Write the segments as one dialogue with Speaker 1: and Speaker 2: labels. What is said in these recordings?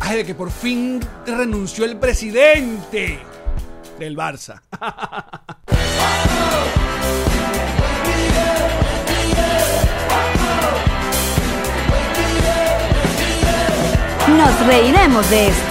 Speaker 1: Ay, de que por fin renunció el presidente del Barça.
Speaker 2: Nos reiremos de esto.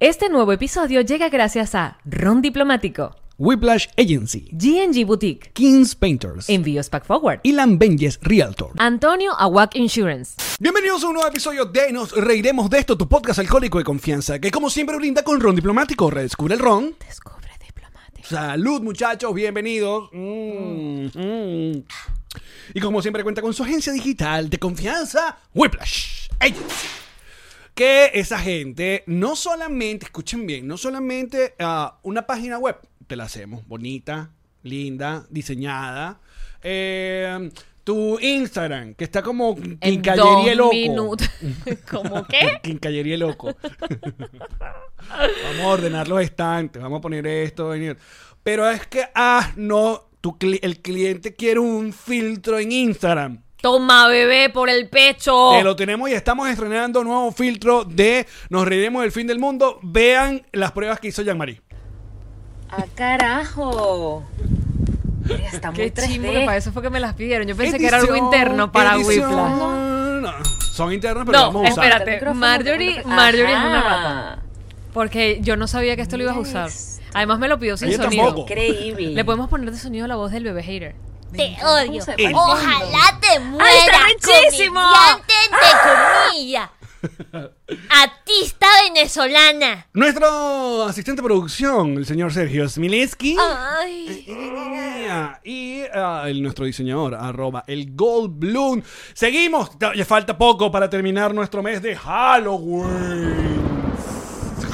Speaker 3: Este nuevo episodio llega gracias a Ron Diplomático,
Speaker 1: Whiplash Agency,
Speaker 3: G&G Boutique,
Speaker 1: Kings Painters,
Speaker 3: Envíos Pack Forward,
Speaker 1: Ilan Benjes Realtor.
Speaker 3: Antonio Awak Insurance.
Speaker 1: Bienvenidos a un nuevo episodio de Nos Reiremos de esto, tu podcast alcohólico de confianza, que como siempre brinda con Ron Diplomático. Redescubre el Ron.
Speaker 3: Descubre Diplomático.
Speaker 1: Salud, muchachos, bienvenidos. Mm, mm. Y como siempre cuenta con su agencia digital de confianza, Whiplash Agency. Que esa gente no solamente, escuchen bien, no solamente ah, una página web, te la hacemos bonita, linda, diseñada. Eh, tu Instagram, que está como
Speaker 3: En
Speaker 1: quincallería
Speaker 3: dos
Speaker 1: loco.
Speaker 3: minutos. ¿Cómo qué?
Speaker 1: Quincallería loco. vamos a ordenar los estantes, vamos a poner esto. venir. Pero es que, ah, no, tu cli- el cliente quiere un filtro en Instagram.
Speaker 3: Toma, bebé, por el pecho.
Speaker 1: Te lo tenemos y estamos estrenando nuevo filtro de Nos reiremos del fin del mundo. Vean las pruebas que hizo Jean-Marie.
Speaker 4: ¡Ah, carajo! Mira, Está muy
Speaker 3: Qué
Speaker 4: 3D.
Speaker 3: chimbo, que para eso fue que me las pidieron. Yo pensé que era algo interno para
Speaker 1: edición.
Speaker 3: Whiplash.
Speaker 1: No, son internos, pero
Speaker 3: No,
Speaker 1: vamos a usar.
Speaker 3: espérate.
Speaker 4: Micrófono,
Speaker 3: Marjorie-
Speaker 4: micrófono.
Speaker 3: Marjorie es
Speaker 4: Ajá.
Speaker 3: una rata. Porque yo no sabía que esto lo ibas a usar.
Speaker 4: Yes.
Speaker 3: Además me lo pidió sin
Speaker 1: Yo
Speaker 3: sonido.
Speaker 1: tampoco.
Speaker 4: Increíble.
Speaker 3: Le podemos poner de sonido la voz del bebé hater.
Speaker 5: Te odio.
Speaker 4: se parece?
Speaker 5: Ojalá te mueras.
Speaker 3: rechísimo!
Speaker 5: comediante de comilla. Artista venezolana.
Speaker 1: Nuestro asistente de producción, el señor Sergio Smileski.
Speaker 3: Ah.
Speaker 5: Ay.
Speaker 1: Y ah, el, nuestro diseñador, arroba el Goldblum. Seguimos. Ya ya falta poco para terminar nuestro mes de Halloween.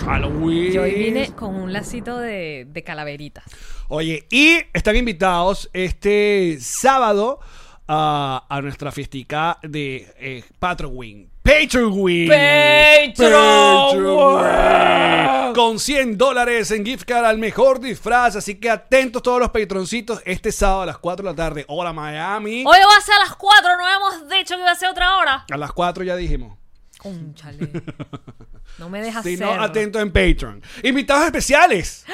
Speaker 1: Halloween.
Speaker 3: Yo hoy vine con un lacito de, de calaveritas.
Speaker 1: Oye, y están invitados este sábado a, a nuestra fiestica de eh, Patreon. Patreon. Patreon. Con 100 dólares en gift card al mejor disfraz. Así que atentos todos los patroncitos este sábado a las 4 de la tarde. Hora Miami.
Speaker 3: Hoy va a ser a las 4, no hemos dicho que iba a ser otra hora.
Speaker 1: A las 4 ya dijimos.
Speaker 3: Cónchale. No me dejas
Speaker 1: Si
Speaker 3: ser.
Speaker 1: no, atentos en Patreon. Invitados especiales.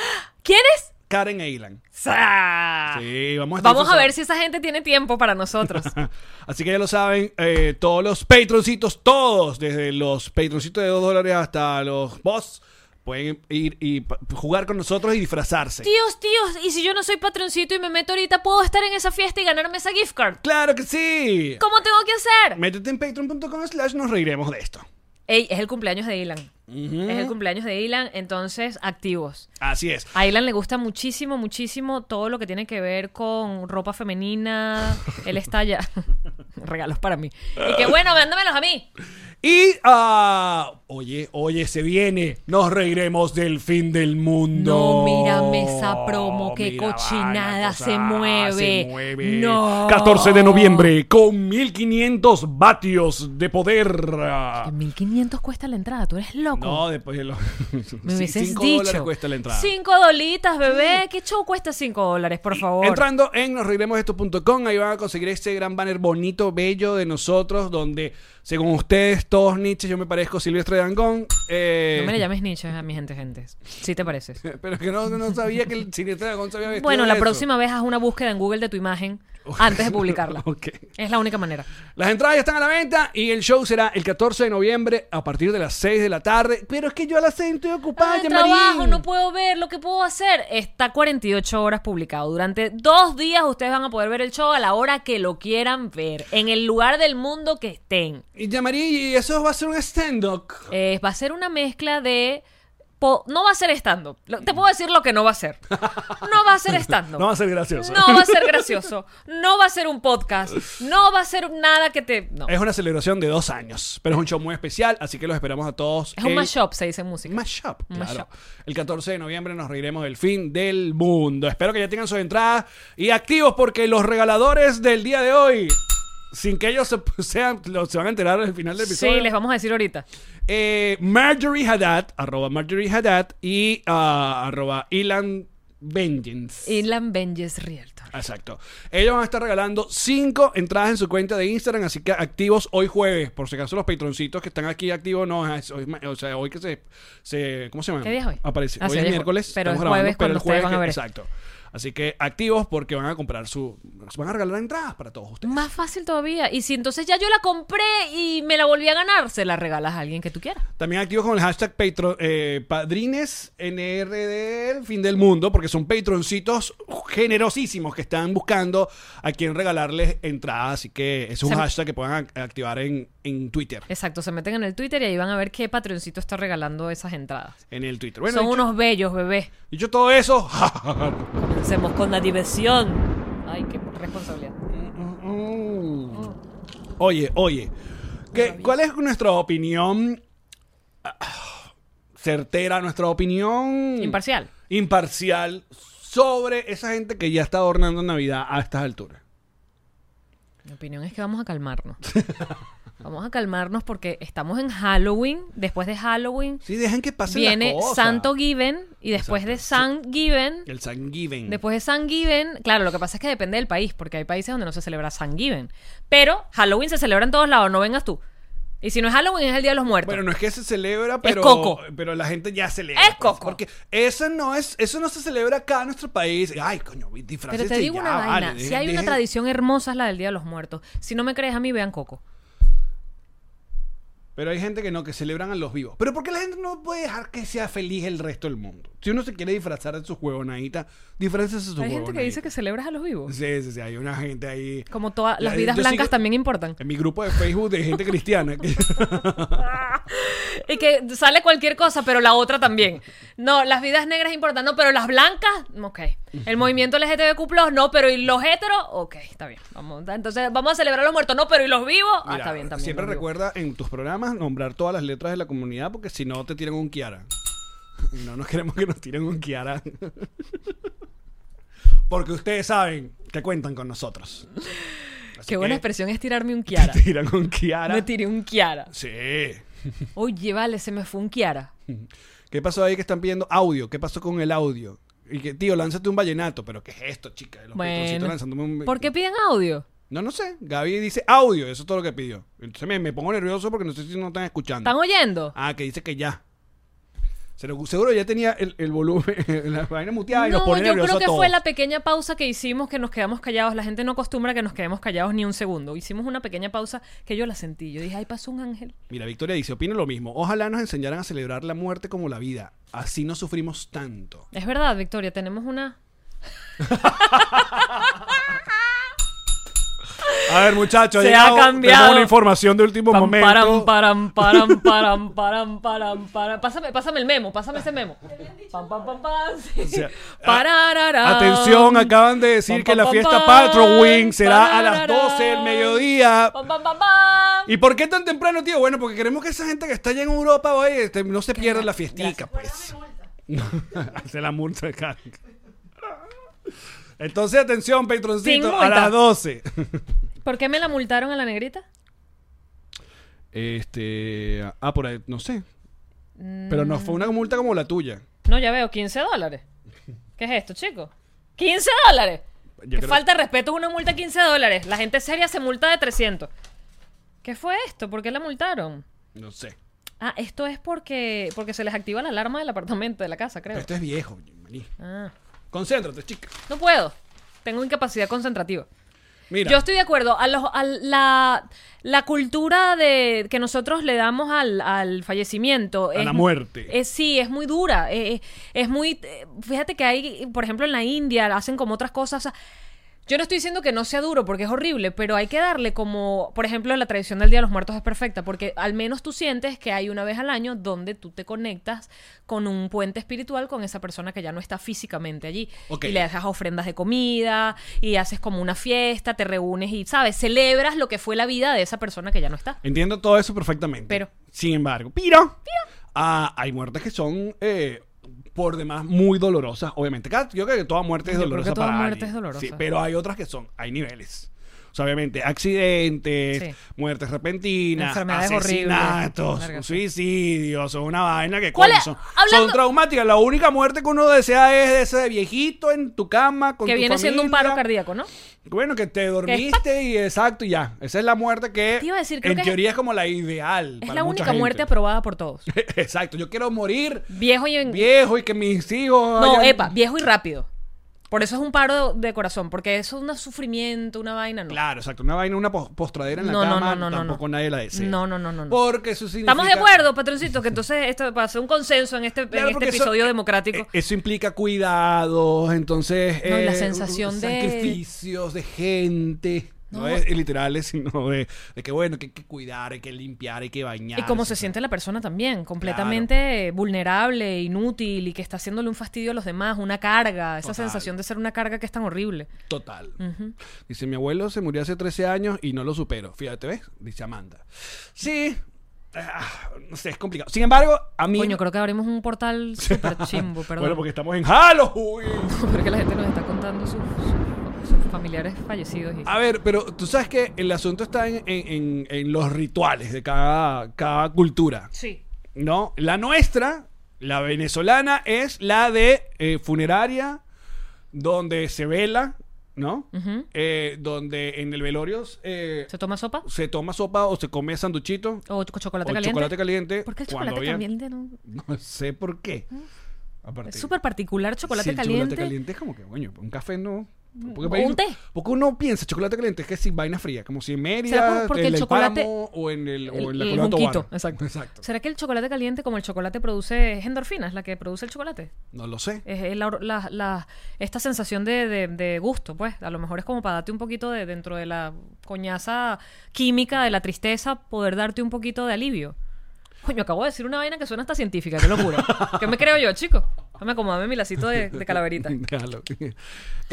Speaker 3: ¿Quiénes?
Speaker 1: Karen Eilan.
Speaker 3: Sa-
Speaker 1: Sí, vamos a estar
Speaker 3: Ah. Vamos a
Speaker 1: disfrazados.
Speaker 3: ver si esa gente tiene tiempo para nosotros.
Speaker 1: Así que ya lo saben, eh, todos los patroncitos, todos, desde los patroncitos de 2 dólares hasta los boss, pueden ir y pa- jugar con nosotros y disfrazarse.
Speaker 3: tíos, tíos, y si yo no soy patroncito y me meto ahorita, ¿puedo estar en esa fiesta y ganarme esa gift card?
Speaker 1: ¡Claro que sí!
Speaker 3: ¿Cómo tengo que hacer?
Speaker 1: Métete en patreon.com slash nos reiremos de esto.
Speaker 3: Ey, es el cumpleaños de Dylan. Es el cumpleaños de Dylan, entonces activos.
Speaker 1: Así es.
Speaker 3: A Ilan le gusta muchísimo, muchísimo todo lo que tiene que ver con ropa femenina. Él está allá. Regalos para mí. Y que bueno, mándamelos a mí.
Speaker 1: Y, ah, oye, oye, se viene. Nos reiremos del fin del mundo.
Speaker 3: No, mírame esa promo, qué
Speaker 1: Mira,
Speaker 3: cochinada,
Speaker 1: cosa,
Speaker 3: se mueve.
Speaker 1: se mueve.
Speaker 3: No.
Speaker 1: 14 de noviembre, con 1500 vatios de poder.
Speaker 3: Ah. Que 1500 cuesta la entrada, tú eres loco.
Speaker 1: No, después de los.
Speaker 3: Me
Speaker 1: Sí,
Speaker 3: hubieses
Speaker 1: cinco
Speaker 3: dicho.
Speaker 1: dólares cuesta la entrada.
Speaker 3: Cinco dolitas, bebé. ¿Qué show cuesta cinco dólares, por favor?
Speaker 1: Entrando en nosreiremosdeesto.com, ahí van a conseguir ese gran banner bonito, bello de nosotros, donde, según ustedes, todos Nietzsche, yo me parezco a Silvestre Dangón. Eh,
Speaker 3: No me le llames nicho a mi gente, gente. Si te pareces.
Speaker 1: Pero que no, no sabía que el Silvestre Dangón se había vestido
Speaker 3: Bueno,
Speaker 1: de
Speaker 3: la
Speaker 1: eso.
Speaker 3: próxima vez haz una búsqueda en Google de tu imagen antes de publicarla.
Speaker 1: Ok.
Speaker 3: Es la única manera.
Speaker 1: Las entradas ya están a la venta y el show será el 14 de noviembre a partir de las 6 de la tarde. Pero es que yo a las 6 estoy ocupada,
Speaker 3: Ah,
Speaker 1: Yamarín.
Speaker 3: trabajo, no puedo ver lo que puedo hacer. Está 48 horas publicado. Durante dos días ustedes van a poder ver el show a la hora que lo quieran ver, en el lugar del mundo que estén.
Speaker 1: Y Yamarín, ¿y eso va a ser un stand-up.
Speaker 3: Eh, va a ser una mezcla de po- no va a ser stand-up. Lo- Te puedo decir lo que no va a ser. No va a ser stand-up.
Speaker 1: No va a ser gracioso.
Speaker 3: No va a ser gracioso. No va a ser un podcast. No va a ser nada que te. No.
Speaker 1: Es una celebración de dos años, pero es un show muy especial, así que los esperamos a todos.
Speaker 3: Es un
Speaker 1: el-
Speaker 3: mashup, se dice en música.
Speaker 1: Mashup, claro.
Speaker 3: Mashup.
Speaker 1: El 14 de noviembre nos reiremos del fin del mundo. Espero que ya tengan sus entradas y activos porque los regaladores del día de hoy, sin que ellos se, sean, lo- se van a enterar al final del episodio.
Speaker 3: Sí, les vamos a decir ahorita.
Speaker 1: Eh, Marjorie Haddad, arroba Marjorie Haddad y ah, arroba Ilan Vengeance.
Speaker 3: Inland Benjes Rielto.
Speaker 1: Exacto. Ellos van a estar regalando cinco entradas en su cuenta de Instagram, así que activos hoy jueves. Por si acaso los patroncitos que están aquí activos, no, es hoy, ma- o sea, hoy que se, se- ¿Cómo se llama?
Speaker 3: ¿Qué día es hoy?
Speaker 1: Aparece.
Speaker 3: Ah,
Speaker 1: hoy
Speaker 3: sí,
Speaker 1: es
Speaker 3: hoy es jue-
Speaker 1: miércoles.
Speaker 3: pero
Speaker 1: estamos
Speaker 3: es jueves
Speaker 1: grabando, pero
Speaker 3: cuando
Speaker 1: el jueves.
Speaker 3: ustedes van a
Speaker 1: que-
Speaker 3: ver esto.
Speaker 1: exacto. Así que activos porque van a comprar su. Van a regalar entradas para todos ustedes.
Speaker 3: Más fácil todavía. Y si entonces ya yo la compré y me la volví a ganar, se la regalas a alguien que tú quieras.
Speaker 1: También activos con el hashtag patro, eh, padrines NR del fin del mundo, porque son patroncitos generosísimos que están buscando a quien regalarles entradas. Así que es un
Speaker 3: Se-
Speaker 1: hashtag que puedan ac- activar en, en Twitter.
Speaker 3: Exacto, se meten en el Twitter y ahí van a ver qué patroncito está regalando esas entradas.
Speaker 1: En el Twitter. Bueno,
Speaker 3: Son
Speaker 1: dicho,
Speaker 3: unos bellos, bebé.
Speaker 1: dicho todo eso,
Speaker 3: Comencemos con la diversión. Ay, qué responsabilidad.
Speaker 1: oye, oye, ¿qué- ¿cuál es nuestra opinión ah, certera, nuestra opinión
Speaker 3: Imparcial.
Speaker 1: imparcial sobre esa gente que ya está adornando Navidad a estas alturas.
Speaker 3: Mi opinión es que vamos a calmarnos. vamos a calmarnos porque estamos en Halloween. Después de Halloween
Speaker 1: Sí, dejan que pasen
Speaker 3: viene
Speaker 1: las cosas.
Speaker 3: Santo Given y después de San Given.
Speaker 1: El San Given.
Speaker 3: Después de San Given, claro, lo que pasa es que depende del país, porque hay países donde no se celebra San Given. Pero Halloween se celebra en todos lados, no vengas tú. Y si no es Halloween, es el Día de los Muertos.
Speaker 1: Bueno, no es que se celebra, pero,
Speaker 3: coco.
Speaker 1: pero la gente ya celebra. pues,
Speaker 3: Es coco.
Speaker 1: Porque eso no es, eso no se celebra acá en nuestro país. Ay, coño, disfraces.
Speaker 3: Pero te digo una vaina, si hay una
Speaker 1: tradición
Speaker 3: tradición hermosa es la del Día de los Muertos. Si no me crees a mí, vean Coco.
Speaker 1: Pero hay gente que no, que celebran a los vivos. Pero ¿por qué la gente no puede dejar que sea feliz el resto del mundo? Si uno se quiere disfrazar de su huevonadita, disfraces de su
Speaker 3: Hay gente que
Speaker 1: huevonadita.
Speaker 3: dice que celebras a los vivos.
Speaker 1: Sí, sí, sí, hay una gente ahí.
Speaker 3: Como todas Ah, las
Speaker 1: Ya,
Speaker 3: vidas
Speaker 1: yo sigo-
Speaker 3: blancas también importan.
Speaker 1: En mi grupo de Facebook de gente cristiana. que-
Speaker 3: Y que sale cualquier cosa, pero la otra también. No, las vidas negras importan, no, pero las blancas, ok. El movimiento LGTBQ, no, pero ¿y los heteros? Ok, está bien. Vamos, entonces, vamos a celebrar a los muertos, no, pero ¿y los vivos? Ah,
Speaker 1: Mira,
Speaker 3: está bien también.
Speaker 1: Siempre
Speaker 3: los vivos.
Speaker 1: recuerda en tus programas nombrar todas las letras de la comunidad porque si no te tiran un Kiara. No nos queremos que nos tiren un Kiara. Porque ustedes saben que cuentan con nosotros. Así
Speaker 3: Qué buena
Speaker 1: que
Speaker 3: expresión es tirarme un
Speaker 1: te
Speaker 3: Kiara.
Speaker 1: tiran un Kiara.
Speaker 3: Me tiré un Kiara.
Speaker 1: Sí.
Speaker 3: Oye, vale, se me fue un Kiara.
Speaker 1: ¿Qué pasó ahí que están pidiendo audio? ¿Qué pasó con el audio? Y que, tío, lánzate un vallenato. ¿Pero qué es esto, chica? Los patroncitos
Speaker 3: Bueno,
Speaker 1: lanzándome un...
Speaker 3: ¿por qué piden audio?
Speaker 1: No, no sé. Gaby dice audio. Eso es todo lo que pidió. Entonces me, me pongo nervioso porque no sé si no están escuchando.
Speaker 3: ¿Están oyendo?
Speaker 1: Ah, que dice que ya. Se lo- seguro ya tenía el, el volumen, la vaina muteada y nos
Speaker 3: No,
Speaker 1: pone
Speaker 3: yo
Speaker 1: nervioso
Speaker 3: creo
Speaker 1: a
Speaker 3: que
Speaker 1: todos.
Speaker 3: fue la pequeña pausa que hicimos que nos quedamos callados. La gente no acostumbra que nos quedemos callados ni un segundo. Hicimos una pequeña pausa que yo la sentí. Yo dije, ay, pasó un ángel.
Speaker 1: Mira, Victoria dice, opino lo mismo. Ojalá nos enseñaran a celebrar la muerte como la vida. Así no sufrimos tanto.
Speaker 3: Es verdad, Victoria, tenemos una.
Speaker 1: A ver, muchachos,
Speaker 3: Se
Speaker 1: ha llegado-
Speaker 3: ha cambiado.
Speaker 1: tenemos una información de último
Speaker 3: Pam,
Speaker 1: momento.
Speaker 3: param, param, param, param, param, param, param. Pásame, pásame el memo, pásame ese memo. Pam, pam, pam, pam. Sí.
Speaker 1: sea,
Speaker 3: Parararán.
Speaker 1: Atención, acaban de
Speaker 3: Pam,
Speaker 1: decir que
Speaker 3: pam,
Speaker 1: la
Speaker 3: pam,
Speaker 1: fiesta
Speaker 3: pam,
Speaker 1: Patrowin será a las
Speaker 3: parararán.
Speaker 1: 12 del mediodía.
Speaker 3: Pam, pam, pam, pam.
Speaker 1: ¿Y por qué tan temprano, tío? Bueno, porque queremos que esa gente que está allá en Europa hoy este, no se pierda la fiestica, pues. Hace la multa de cara. Entonces, atención,
Speaker 3: Sin
Speaker 1: patroncito,
Speaker 3: multa.
Speaker 1: a las 12.
Speaker 3: ¿Por qué me la multaron a la negrita?
Speaker 1: Este. Ah, por ahí, no sé. Pero no fue una multa como la tuya.
Speaker 3: No, ya veo, 15 dólares. ¿Qué es esto, chico? ¡15 dólares!
Speaker 1: Yo
Speaker 3: Que
Speaker 1: creo-
Speaker 3: falta de respeto es una multa de 15 dólares. La gente seria se multa de 300. ¿Qué fue esto? ¿Por qué la multaron?
Speaker 1: No sé.
Speaker 3: Ah, esto es porque, porque se les activa la alarma del apartamento, de la casa, creo.
Speaker 1: Esto es viejo, maní.
Speaker 3: Ah.
Speaker 1: Concéntrate, chica.
Speaker 3: No puedo. Tengo incapacidad concentrativa.
Speaker 1: Mira.
Speaker 3: Yo estoy de acuerdo. A los- a la, la cultura de que nosotros le damos al, al fallecimiento.
Speaker 1: A la muerte.
Speaker 3: es- sí, es muy dura. eh, eh, es muy. eh, fíjate que hay, por ejemplo, en la India hacen como otras cosas. o sea, Yo no estoy diciendo que no sea duro porque es horrible, pero hay que darle como, por ejemplo, la tradición del Día de los Muertos es perfecta porque al menos tú sientes que hay una vez al año donde tú te conectas con un puente espiritual con esa persona que ya no está físicamente allí.
Speaker 1: Ok.
Speaker 3: Y le dejas ofrendas de comida y haces como una fiesta, te reúnes y, ¿sabes? Celebras lo que fue la vida de esa persona que ya no está.
Speaker 1: Entiendo todo eso perfectamente.
Speaker 3: Pero.
Speaker 1: Sin embargo, pero. ah, hay muertes que son. eh, por demás, muy dolorosas, obviamente. Cada- Yo creo que toda muerte es
Speaker 3: Yo creo
Speaker 1: dolorosa
Speaker 3: que toda
Speaker 1: para
Speaker 3: muerte
Speaker 1: alguien.
Speaker 3: es dolorosa.
Speaker 1: Sí, pero hay otras que son, hay niveles. O sea, obviamente, accidentes,
Speaker 3: Sí.
Speaker 1: muertes repentinas,
Speaker 3: Enfermedades horribles.
Speaker 1: asesinatos,
Speaker 3: Verga, sí.
Speaker 1: suicidios, son una vaina que
Speaker 3: ¿Cuál
Speaker 1: coño,
Speaker 3: es?
Speaker 1: son,
Speaker 3: Hablando-
Speaker 1: son traumáticas. La única muerte que uno desea es de ese viejito en tu cama con
Speaker 3: Que
Speaker 1: tu
Speaker 3: viene siendo un paro
Speaker 1: familia.
Speaker 3: cardíaco, ¿no?
Speaker 1: Bueno, que te dormiste y exacto, y ya. Esa es la muerte que
Speaker 3: Te iba a decir, creo
Speaker 1: en
Speaker 3: que es-
Speaker 1: teoría es, como la ideal.
Speaker 3: Es
Speaker 1: para
Speaker 3: la
Speaker 1: mucha
Speaker 3: única muerte
Speaker 1: gente.
Speaker 3: aprobada por todos.
Speaker 1: exacto, yo quiero morir
Speaker 3: Viejo y en...
Speaker 1: viejo y que mis hijos.
Speaker 3: No,
Speaker 1: hayan-
Speaker 3: epa, viejo y rápido. Por eso es un paro de corazón, porque eso es un sufrimiento, una vaina, no.
Speaker 1: Claro, exacto. Una vaina, una po- postradera en la
Speaker 3: No, no,
Speaker 1: cama,
Speaker 3: no, no, no,
Speaker 1: tampoco
Speaker 3: no.
Speaker 1: nadie la desea.
Speaker 3: No, no, no, no, no.
Speaker 1: Porque eso significa...
Speaker 3: Estamos de acuerdo, patroncito, que entonces esto para hacer un consenso en este, en
Speaker 1: Claro,
Speaker 3: este
Speaker 1: porque eso-
Speaker 3: episodio
Speaker 1: eh,
Speaker 3: democrático.
Speaker 1: eh, Eso implica cuidados, entonces. eh,
Speaker 3: No, y la sensación de-
Speaker 1: Sacrificios de gente. No,
Speaker 3: No.
Speaker 1: es literales, sino de, de que bueno, que hay que cuidar, hay que limpiar, hay que bañar.
Speaker 3: y cómo se
Speaker 1: etcétera.
Speaker 3: siente la persona también, completamente vulnerable, inútil y que está haciéndole un fastidio a los demás, una carga, esa
Speaker 1: Total.
Speaker 3: sensación de ser una carga que es tan horrible.
Speaker 1: Total. Dice, mi abuelo se murió hace 13 años y no lo supero. Fíjate, ¿ves? Dice Amanda. Sí. Ah, no sé, es complicado. Sin embargo, a mí...
Speaker 3: Coño, creo que abrimos un portal súper chimbo, perdón.
Speaker 1: Bueno, porque estamos en Halloween.
Speaker 3: Creo que la gente nos está contando sus, sus familiares fallecidos. Y...
Speaker 1: A ver, pero tú sabes que el asunto está en, en- en- en los rituales de cada, cada cultura,
Speaker 3: Sí.
Speaker 1: ¿no? La nuestra, la venezolana, es la de eh, funeraria, donde se vela, ¿no?
Speaker 3: Ujú.
Speaker 1: Eh, donde en el velorio eh,
Speaker 3: ¿Se toma sopa?
Speaker 1: se toma sopa o se come sanduchito
Speaker 3: ¿O cho- chocolate
Speaker 1: o
Speaker 3: caliente?
Speaker 1: chocolate caliente.
Speaker 3: ¿Por qué el
Speaker 1: cuando
Speaker 3: chocolate
Speaker 1: había-
Speaker 3: caliente no?
Speaker 1: No sé por qué. Aparte,
Speaker 3: Es súper particular chocolate
Speaker 1: sí, el
Speaker 3: caliente. Mm,
Speaker 1: chocolate caliente es como que, coño, un café no. Porque,
Speaker 3: O
Speaker 1: hay-
Speaker 3: un té.
Speaker 1: Porque uno piensa chocolate caliente es que sin vaina fría, como si en
Speaker 3: ¿Será
Speaker 1: Mérida,
Speaker 3: por- porque
Speaker 1: en
Speaker 3: el
Speaker 1: el,
Speaker 3: chocolate-
Speaker 1: Páramo o en, el, o
Speaker 3: el-
Speaker 1: en la
Speaker 3: el
Speaker 1: Colonia Tobar.
Speaker 3: junquito, exacto.
Speaker 1: Exacto.
Speaker 3: ¿Será que el chocolate caliente, como el chocolate produce es endorfinas, la que produce el chocolate?
Speaker 1: No lo sé.
Speaker 3: Es es la- la- la- esta sensación de, de- de gusto, pues. A lo mejor es como para darte un poquito de dentro de la coñaza química de la tristeza, poder darte un poquito de alivio. Coño, acabo de decir una vaina que suena hasta científica, qué locura. ¿Qué me creo yo, chico? Dame acomodame mi lacito de, de calaverita.
Speaker 1: Déjalo.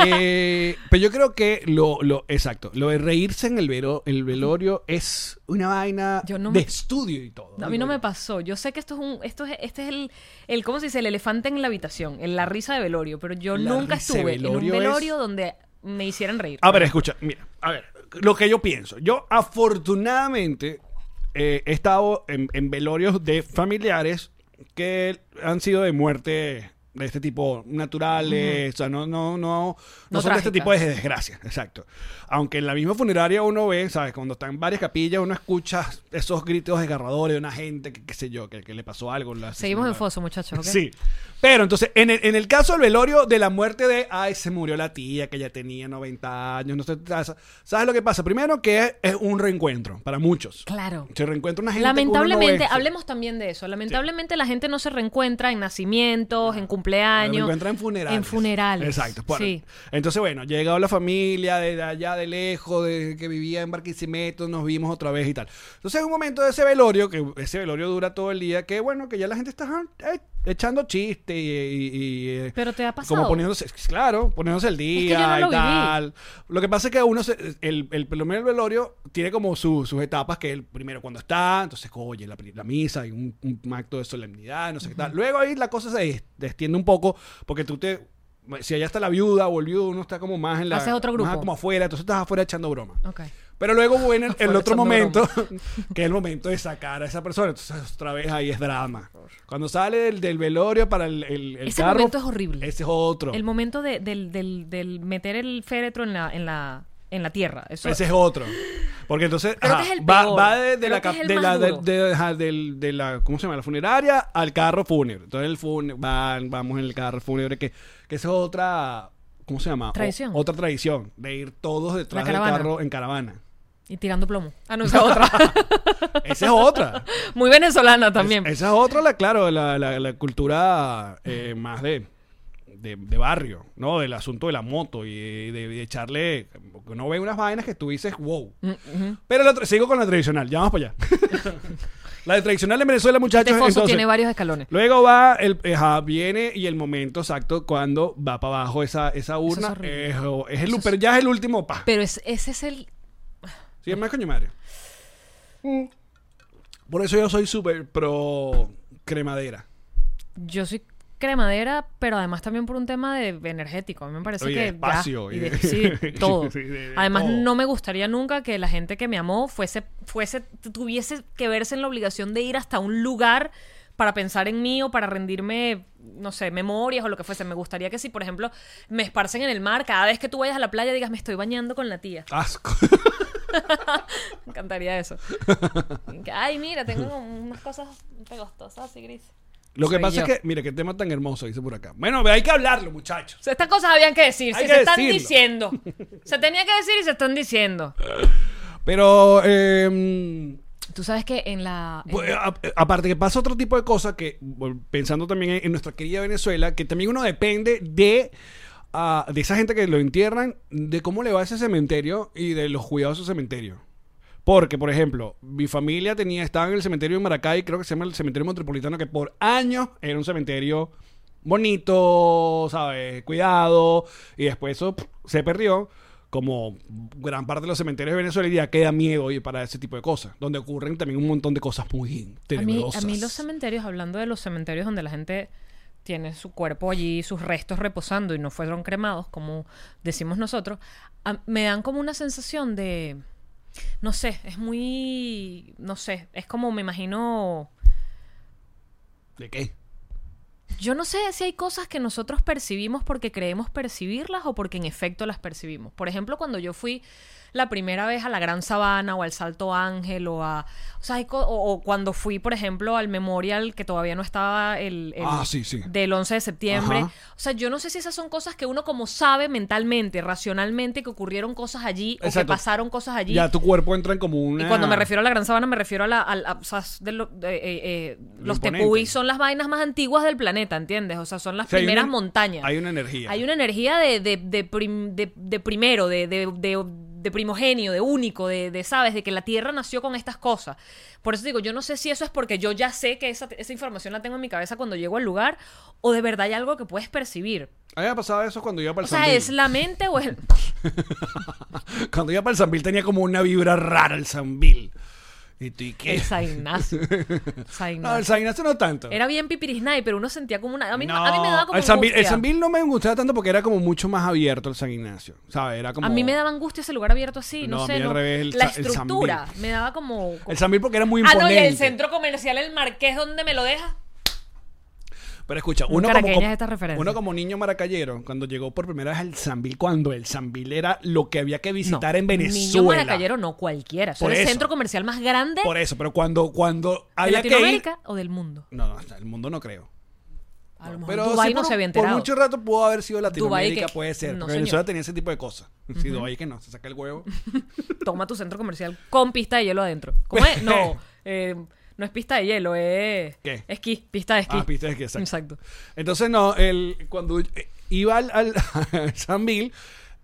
Speaker 1: Eh, pero yo creo que lo, lo exacto, lo de reírse en el, velo- el velorio es una vaina
Speaker 3: Yo no
Speaker 1: de
Speaker 3: me-
Speaker 1: estudio y todo.
Speaker 3: A mí no me pasó. Yo sé que esto es un, esto es, este es el, el, ¿cómo se dice? El elefante en la habitación, en la risa de velorio. Pero yo
Speaker 1: La
Speaker 3: nunca
Speaker 1: risa de
Speaker 3: estuve en un
Speaker 1: velorio
Speaker 3: velorio
Speaker 1: es- Ah,
Speaker 3: donde me hicieran reír.
Speaker 1: A ver, escucha, mira, a ver, lo que yo pienso. Yo afortunadamente eh, he estado en, en velorios de familiares que han sido de muerte de este tipo naturales, o sea, no, no, no, no,
Speaker 3: No
Speaker 1: son de este
Speaker 3: trágicas.
Speaker 1: tipo de desgracias, exacto. Aunque en la misma funeraria uno ve, sabes, cuando están varias capillas uno escucha esos gritos desgarradores de una gente que qué sé yo, que, que le pasó algo. la
Speaker 3: Seguimos en
Speaker 1: asesinaron.
Speaker 3: foso, muchachos. ¿ok?
Speaker 1: Sí. Pero entonces, en el, en el caso del velorio, de la muerte de, ay, se murió la tía que ya tenía 90 años, no sé, ¿sabes- ¿sabes lo que pasa? Primero que es, es un reencuentro para muchos.
Speaker 3: Claro.
Speaker 1: Se reencuentra una gente. que uno este. no
Speaker 3: Lamentablemente,
Speaker 1: ve.
Speaker 3: hablemos también de eso. Lamentablemente la gente no se reencuentra en nacimientos, en
Speaker 1: Se
Speaker 3: cumpleaños.
Speaker 1: reencuentra en funerales.
Speaker 3: En funerales.
Speaker 1: Exacto. Bueno,
Speaker 3: Sí.
Speaker 1: Entonces, bueno, llegó la familia de allá de lejos, de que vivía en Barquisimeto, nos vimos otra vez y tal. Entonces, en un momento de ese velorio, que ese velorio dura todo el día, que bueno, que ya la gente está ah, eh, echando chistes y, y- y, eh,
Speaker 3: Pero te ha pasado.
Speaker 1: Como poniéndose, claro, poniéndose el
Speaker 3: yo no
Speaker 1: día
Speaker 3: lo
Speaker 1: y
Speaker 3: viví.
Speaker 1: tal. Lo que pasa es que uno, se, el, el primero velorio tiene como su- sus etapas, que el primero cuando está, entonces, oye, la, pri- la misa y un, un acto de solemnidad, no sé qué tal. Luego ahí la cosa se des- destiende un poco, porque tú te... Si allá está la viuda o el viudo, uno está como más en la...
Speaker 3: Haces otro
Speaker 1: más
Speaker 3: grupo.
Speaker 1: como afuera, entonces estás afuera echando broma.
Speaker 3: Ok.
Speaker 1: Pero luego viene el, el
Speaker 3: Fue
Speaker 1: otro
Speaker 3: echando
Speaker 1: momento, que es el momento de sacar a esa persona. Entonces, otra vez ahí es drama. Cuando sale del, del velorio para el, el, el
Speaker 3: Ese
Speaker 1: carro,
Speaker 3: momento es horrible.
Speaker 1: Ese es otro.
Speaker 3: El momento de- del, del- del meter el féretro en la, en la, en la tierra. Eso,
Speaker 1: Ese es otro. Porque entonces
Speaker 3: Creo
Speaker 1: ajá,
Speaker 3: que es el
Speaker 1: va,
Speaker 3: peor.
Speaker 1: va de, de
Speaker 3: Creo
Speaker 1: la,
Speaker 3: que es
Speaker 1: cap-
Speaker 3: el
Speaker 1: de
Speaker 3: más
Speaker 1: la- de-
Speaker 3: duro.
Speaker 1: de- ajá, del- de la- ¿cómo se llama? La funeraria al carro fúnebre. Entonces el fúnebre, van, vamos en el carro fúnebre, que, que esa es otra, ¿cómo se llama? O-
Speaker 3: Tradición.
Speaker 1: otra tradición, de ir todos detrás
Speaker 3: La
Speaker 1: del
Speaker 3: caravana.
Speaker 1: carro en caravana.
Speaker 3: Y tirando plomo. Ah, no, esa es otra.
Speaker 1: Esa es otra.
Speaker 3: Muy venezolana también.
Speaker 1: Es- esa es otra, la, claro, la, la, la cultura eh, más de, de- de barrio, ¿no? Del asunto de la moto y de, de echarle. No ve unas vainas que tú dices, wow. Pero la otra- sigo con la tradicional, ya vamos para allá. la de tradicional en Venezuela, muchachos.
Speaker 3: Tefoso
Speaker 1: entonces-
Speaker 3: Este tiene varios escalones.
Speaker 1: Luego va, el, eh, ajá, viene y el momento exacto cuando va para abajo esa, esa urna.
Speaker 3: horrible.
Speaker 1: Ejo, es el, pero ya es el último pa.
Speaker 3: Pero es- ese es el.
Speaker 1: Sí, es más coño madre. Por eso yo soy súper pro cremadera.
Speaker 3: Yo soy cremadera, pero además también por un tema de energético. A mí me parece
Speaker 1: Y de
Speaker 3: que. ya,
Speaker 1: espacio,
Speaker 3: y
Speaker 1: y
Speaker 3: de-
Speaker 1: de-
Speaker 3: sí, de todo.
Speaker 1: Sí, de- de
Speaker 3: además,
Speaker 1: todo.
Speaker 3: no me gustaría nunca que la gente que me amó fuese, fuese, tuviese que verse en la obligación de ir hasta un lugar para pensar en mí o para rendirme, no sé, memorias o lo que fuese. Me gustaría que si, por ejemplo, me esparcen en el mar, cada vez que tú vayas a la playa digas, me estoy bañando con la tía.
Speaker 1: Asco.
Speaker 3: Me encantaría eso. Que, Ay, mira, tengo unas cosas pegostosas así grises.
Speaker 1: Lo que
Speaker 3: Soy
Speaker 1: pasa
Speaker 3: yo.
Speaker 1: es que, mira, qué tema tan hermoso, dice por acá. Bueno, pero hay que hablarlo, muchachos.
Speaker 3: O sea, estas cosas habían que decir,
Speaker 1: Hay
Speaker 3: se
Speaker 1: que
Speaker 3: están
Speaker 1: decirlo.
Speaker 3: diciendo. Se tenía que decir y se están diciendo.
Speaker 1: Pero, eh,
Speaker 3: Tú sabes que en la... en-
Speaker 1: Pues, a- aparte que pasa otro tipo de cosas que, vol- pensando también en, en nuestra querida Venezuela, que también uno depende de, ah, de esa gente que lo entierran, de cómo le va a ese cementerio y de los cuidados de ese cementerio. Porque, por ejemplo, mi familia tenía, estaba en el cementerio de Maracay, creo que se llama el cementerio metropolitano, que por años era un cementerio bonito, ¿sabes? Cuidado. Y después eso pff, se perdió. Como gran parte de los cementerios de Venezuela, y ya queda miedo oye, para ese tipo de cosas, donde ocurren también un montón de cosas muy
Speaker 3: a, mí,
Speaker 1: tenebrosas.
Speaker 3: a mí los cementerios, hablando de los cementerios donde la gente tiene su cuerpo allí, sus restos reposando y no fueron cremados, como decimos nosotros, a- me dan como una sensación de... No sé, es muy... No sé, es como me imagino...
Speaker 1: ¿De qué?
Speaker 3: Yo no sé si hay cosas que nosotros percibimos porque creemos percibirlas o porque en efecto las percibimos. Por ejemplo, cuando yo fui la primera vez a la Gran Sabana o al Salto Ángel o a... O, sea, hay co- o- o cuando fui, por ejemplo, al Memorial que todavía no estaba el... el-
Speaker 1: Ah, sí, sí.
Speaker 3: Del 11 de septiembre.
Speaker 1: Ajá.
Speaker 3: O sea, yo no sé si esas son cosas que uno como sabe mentalmente, racionalmente, que ocurrieron cosas allí o que
Speaker 1: Exacto.
Speaker 3: pasaron cosas allí.
Speaker 1: Ya tu cuerpo entra en como una.
Speaker 3: Y cuando me refiero a la Gran Sabana, me refiero a la. al- a- o sea, de lo- de, eh, eh, los
Speaker 1: imponente.
Speaker 3: tepuy son las vainas más antiguas del planeta, ¿entiendes? O sea, son las
Speaker 1: O sea, hay
Speaker 3: primeras
Speaker 1: una-
Speaker 3: montañas.
Speaker 1: Hay una energía.
Speaker 3: Hay una energía de, de, de prim- de- de primero, de, de- de- de primogenio, de único, de, de, ¿sabes? De que la Tierra nació con estas cosas. Por eso digo, yo no sé si eso es porque yo ya sé que esa, esa información la tengo en mi cabeza cuando llego al lugar o de verdad hay algo que puedes percibir.
Speaker 1: A mí me pasaba eso cuando iba para el
Speaker 3: O sea,
Speaker 1: Sambil.
Speaker 3: ¿es la mente o es...? el-
Speaker 1: Cuando iba para el Sambil tenía como una vibra rara el Sambil. ¿Y tú y qué?
Speaker 3: El San Ignacio. San
Speaker 1: No,
Speaker 3: Ignacio.
Speaker 1: el San Ignacio no tanto.
Speaker 3: Era bien pipirisnay, pero uno sentía como una. A mí,
Speaker 1: No,
Speaker 3: a mí me daba como.
Speaker 1: el San, Vil-
Speaker 3: angustia.
Speaker 1: el San Vil no me gustaba tanto porque era como mucho más abierto el San Ignacio. ¿Sabes? Era como.
Speaker 3: A mí me daba angustia ese lugar abierto así, no,
Speaker 1: No, a
Speaker 3: sé.
Speaker 1: mí al
Speaker 3: no-
Speaker 1: revés, el
Speaker 3: la
Speaker 1: Sa- el San
Speaker 3: estructura
Speaker 1: Vil.
Speaker 3: me daba como. como-
Speaker 1: El San Vil porque era muy
Speaker 3: ah,
Speaker 1: imponente.
Speaker 3: no, y el centro comercial, el marqués, ¿dónde me lo deja?
Speaker 1: Pero escucha,
Speaker 3: Muy
Speaker 1: uno como,
Speaker 3: caraqueñas
Speaker 1: como-
Speaker 3: estas referencias.
Speaker 1: uno como niño maracayero, cuando llegó por primera vez al San Vil, cuando el San Vil era lo que había que visitar en
Speaker 3: Niño
Speaker 1: Venezuela.
Speaker 3: Maracayero, no cualquiera. Eso
Speaker 1: Por
Speaker 3: era el
Speaker 1: eso.
Speaker 3: centro comercial más grande
Speaker 1: Por eso, pero cuando, cuando
Speaker 3: de
Speaker 1: había que ir.
Speaker 3: Latinoamérica o del mundo.
Speaker 1: No, no, el mundo no creo.
Speaker 3: A lo mejor
Speaker 1: Pero
Speaker 3: Dubái
Speaker 1: sí,
Speaker 3: no
Speaker 1: por,
Speaker 3: se
Speaker 1: por
Speaker 3: había enterado.
Speaker 1: mucho rato pudo haber sido Latinoamérica,
Speaker 3: que-
Speaker 1: puede ser.
Speaker 3: no,
Speaker 1: porque
Speaker 3: señor.
Speaker 1: Venezuela tenía ese tipo de cosas. Sí, Dubái que no, se saca el huevo.
Speaker 3: Toma tu centro comercial con pista de hielo adentro. ¿Cómo es? No. eh, no es pista de hielo, es.
Speaker 1: ¿Qué?
Speaker 3: Esquí, pista de esquí.
Speaker 1: Ah, pista de esquí, exacto.
Speaker 3: Exacto.
Speaker 1: Entonces, no, el, cuando eh, iba al, al- al San Bill,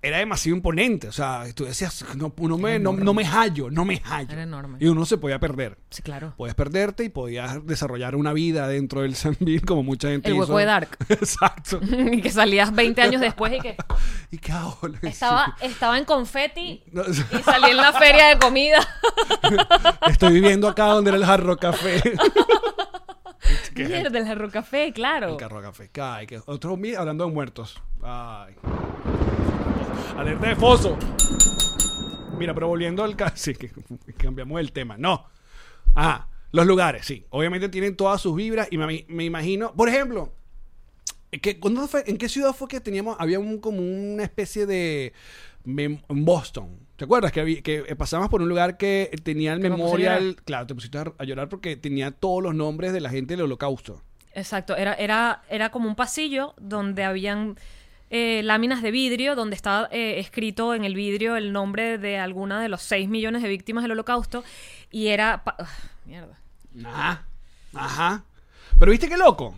Speaker 1: era demasiado imponente. O sea, tú decías, no, no me, no, no me hallo, no me hallo.
Speaker 3: Era enorme.
Speaker 1: Y uno se podía perder.
Speaker 3: Sí, claro.
Speaker 1: Podías perderte y podías desarrollar una vida dentro del San Bill, como mucha gente
Speaker 3: El hueco
Speaker 1: hizo.
Speaker 3: de Dark.
Speaker 1: Exacto.
Speaker 3: y que salías 20 años después y que
Speaker 1: ¿Y qué ahora?
Speaker 3: estaba, estaba en confeti
Speaker 1: No,
Speaker 3: y salí en la feria de comida.
Speaker 1: Estoy viviendo acá donde era el jarro café. ¿Qué?
Speaker 3: Mierda, el Jarro Café, claro.
Speaker 1: El carro a café. Ay, que otro mi- hablando de muertos. Ay. Alerta de foso. Mira, pero volviendo al caso. Sí, que cambiamos el tema. No. Ah, los lugares, sí. Obviamente tienen todas sus vibras y me, me imagino. Por ejemplo, que, ¿cuándo fue- ¿en qué ciudad fue que teníamos? Había un, como una especie de. mem- en Boston. ¿Te acuerdas? Que, había- que eh, pasamos por un lugar que tenía el
Speaker 3: me puse a
Speaker 1: memorial.
Speaker 3: llorar.
Speaker 1: Claro, te pusiste a a llorar porque tenía todos los nombres de la gente del holocausto.
Speaker 3: Exacto, era, era, era como un pasillo donde habían eh, láminas de vidrio, donde estaba eh, escrito en el vidrio el nombre de alguna de los 6 millones de víctimas del holocausto y era... pa- Ugh, mierda.
Speaker 1: Ajá. Ajá. Pero viste qué loco.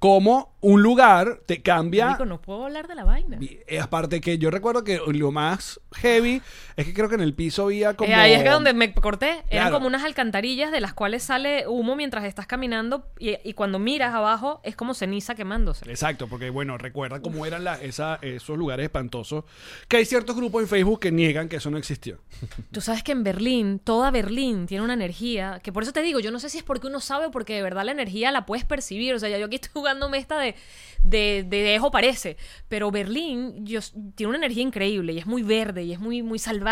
Speaker 1: Cómo un lugar te cambia.
Speaker 3: Marico, no puedo hablar de la vaina.
Speaker 1: Y, eh, aparte que yo recuerdo que lo más heavy es que creo que en el piso había como...
Speaker 3: Eh, ahí es que donde me corté. Eran
Speaker 1: Claro.
Speaker 3: como unas alcantarillas de las cuales sale humo mientras estás caminando y, y cuando miras abajo es como ceniza quemándose.
Speaker 1: Exacto, porque bueno, recuerda cómo eran las- esa- esos lugares espantosos. Que hay ciertos grupos en Facebook que niegan que eso no existió.
Speaker 3: Tú sabes que en Berlín, toda Berlín tiene una energía, que por eso te digo, yo no sé si es porque uno sabe o porque de verdad la energía la puedes percibir. O sea, ya yo aquí estoy jugándome esta de, de, de dejo parece, pero Berlín yo, s- tiene una energía increíble y es muy verde y es muy, muy salvaje.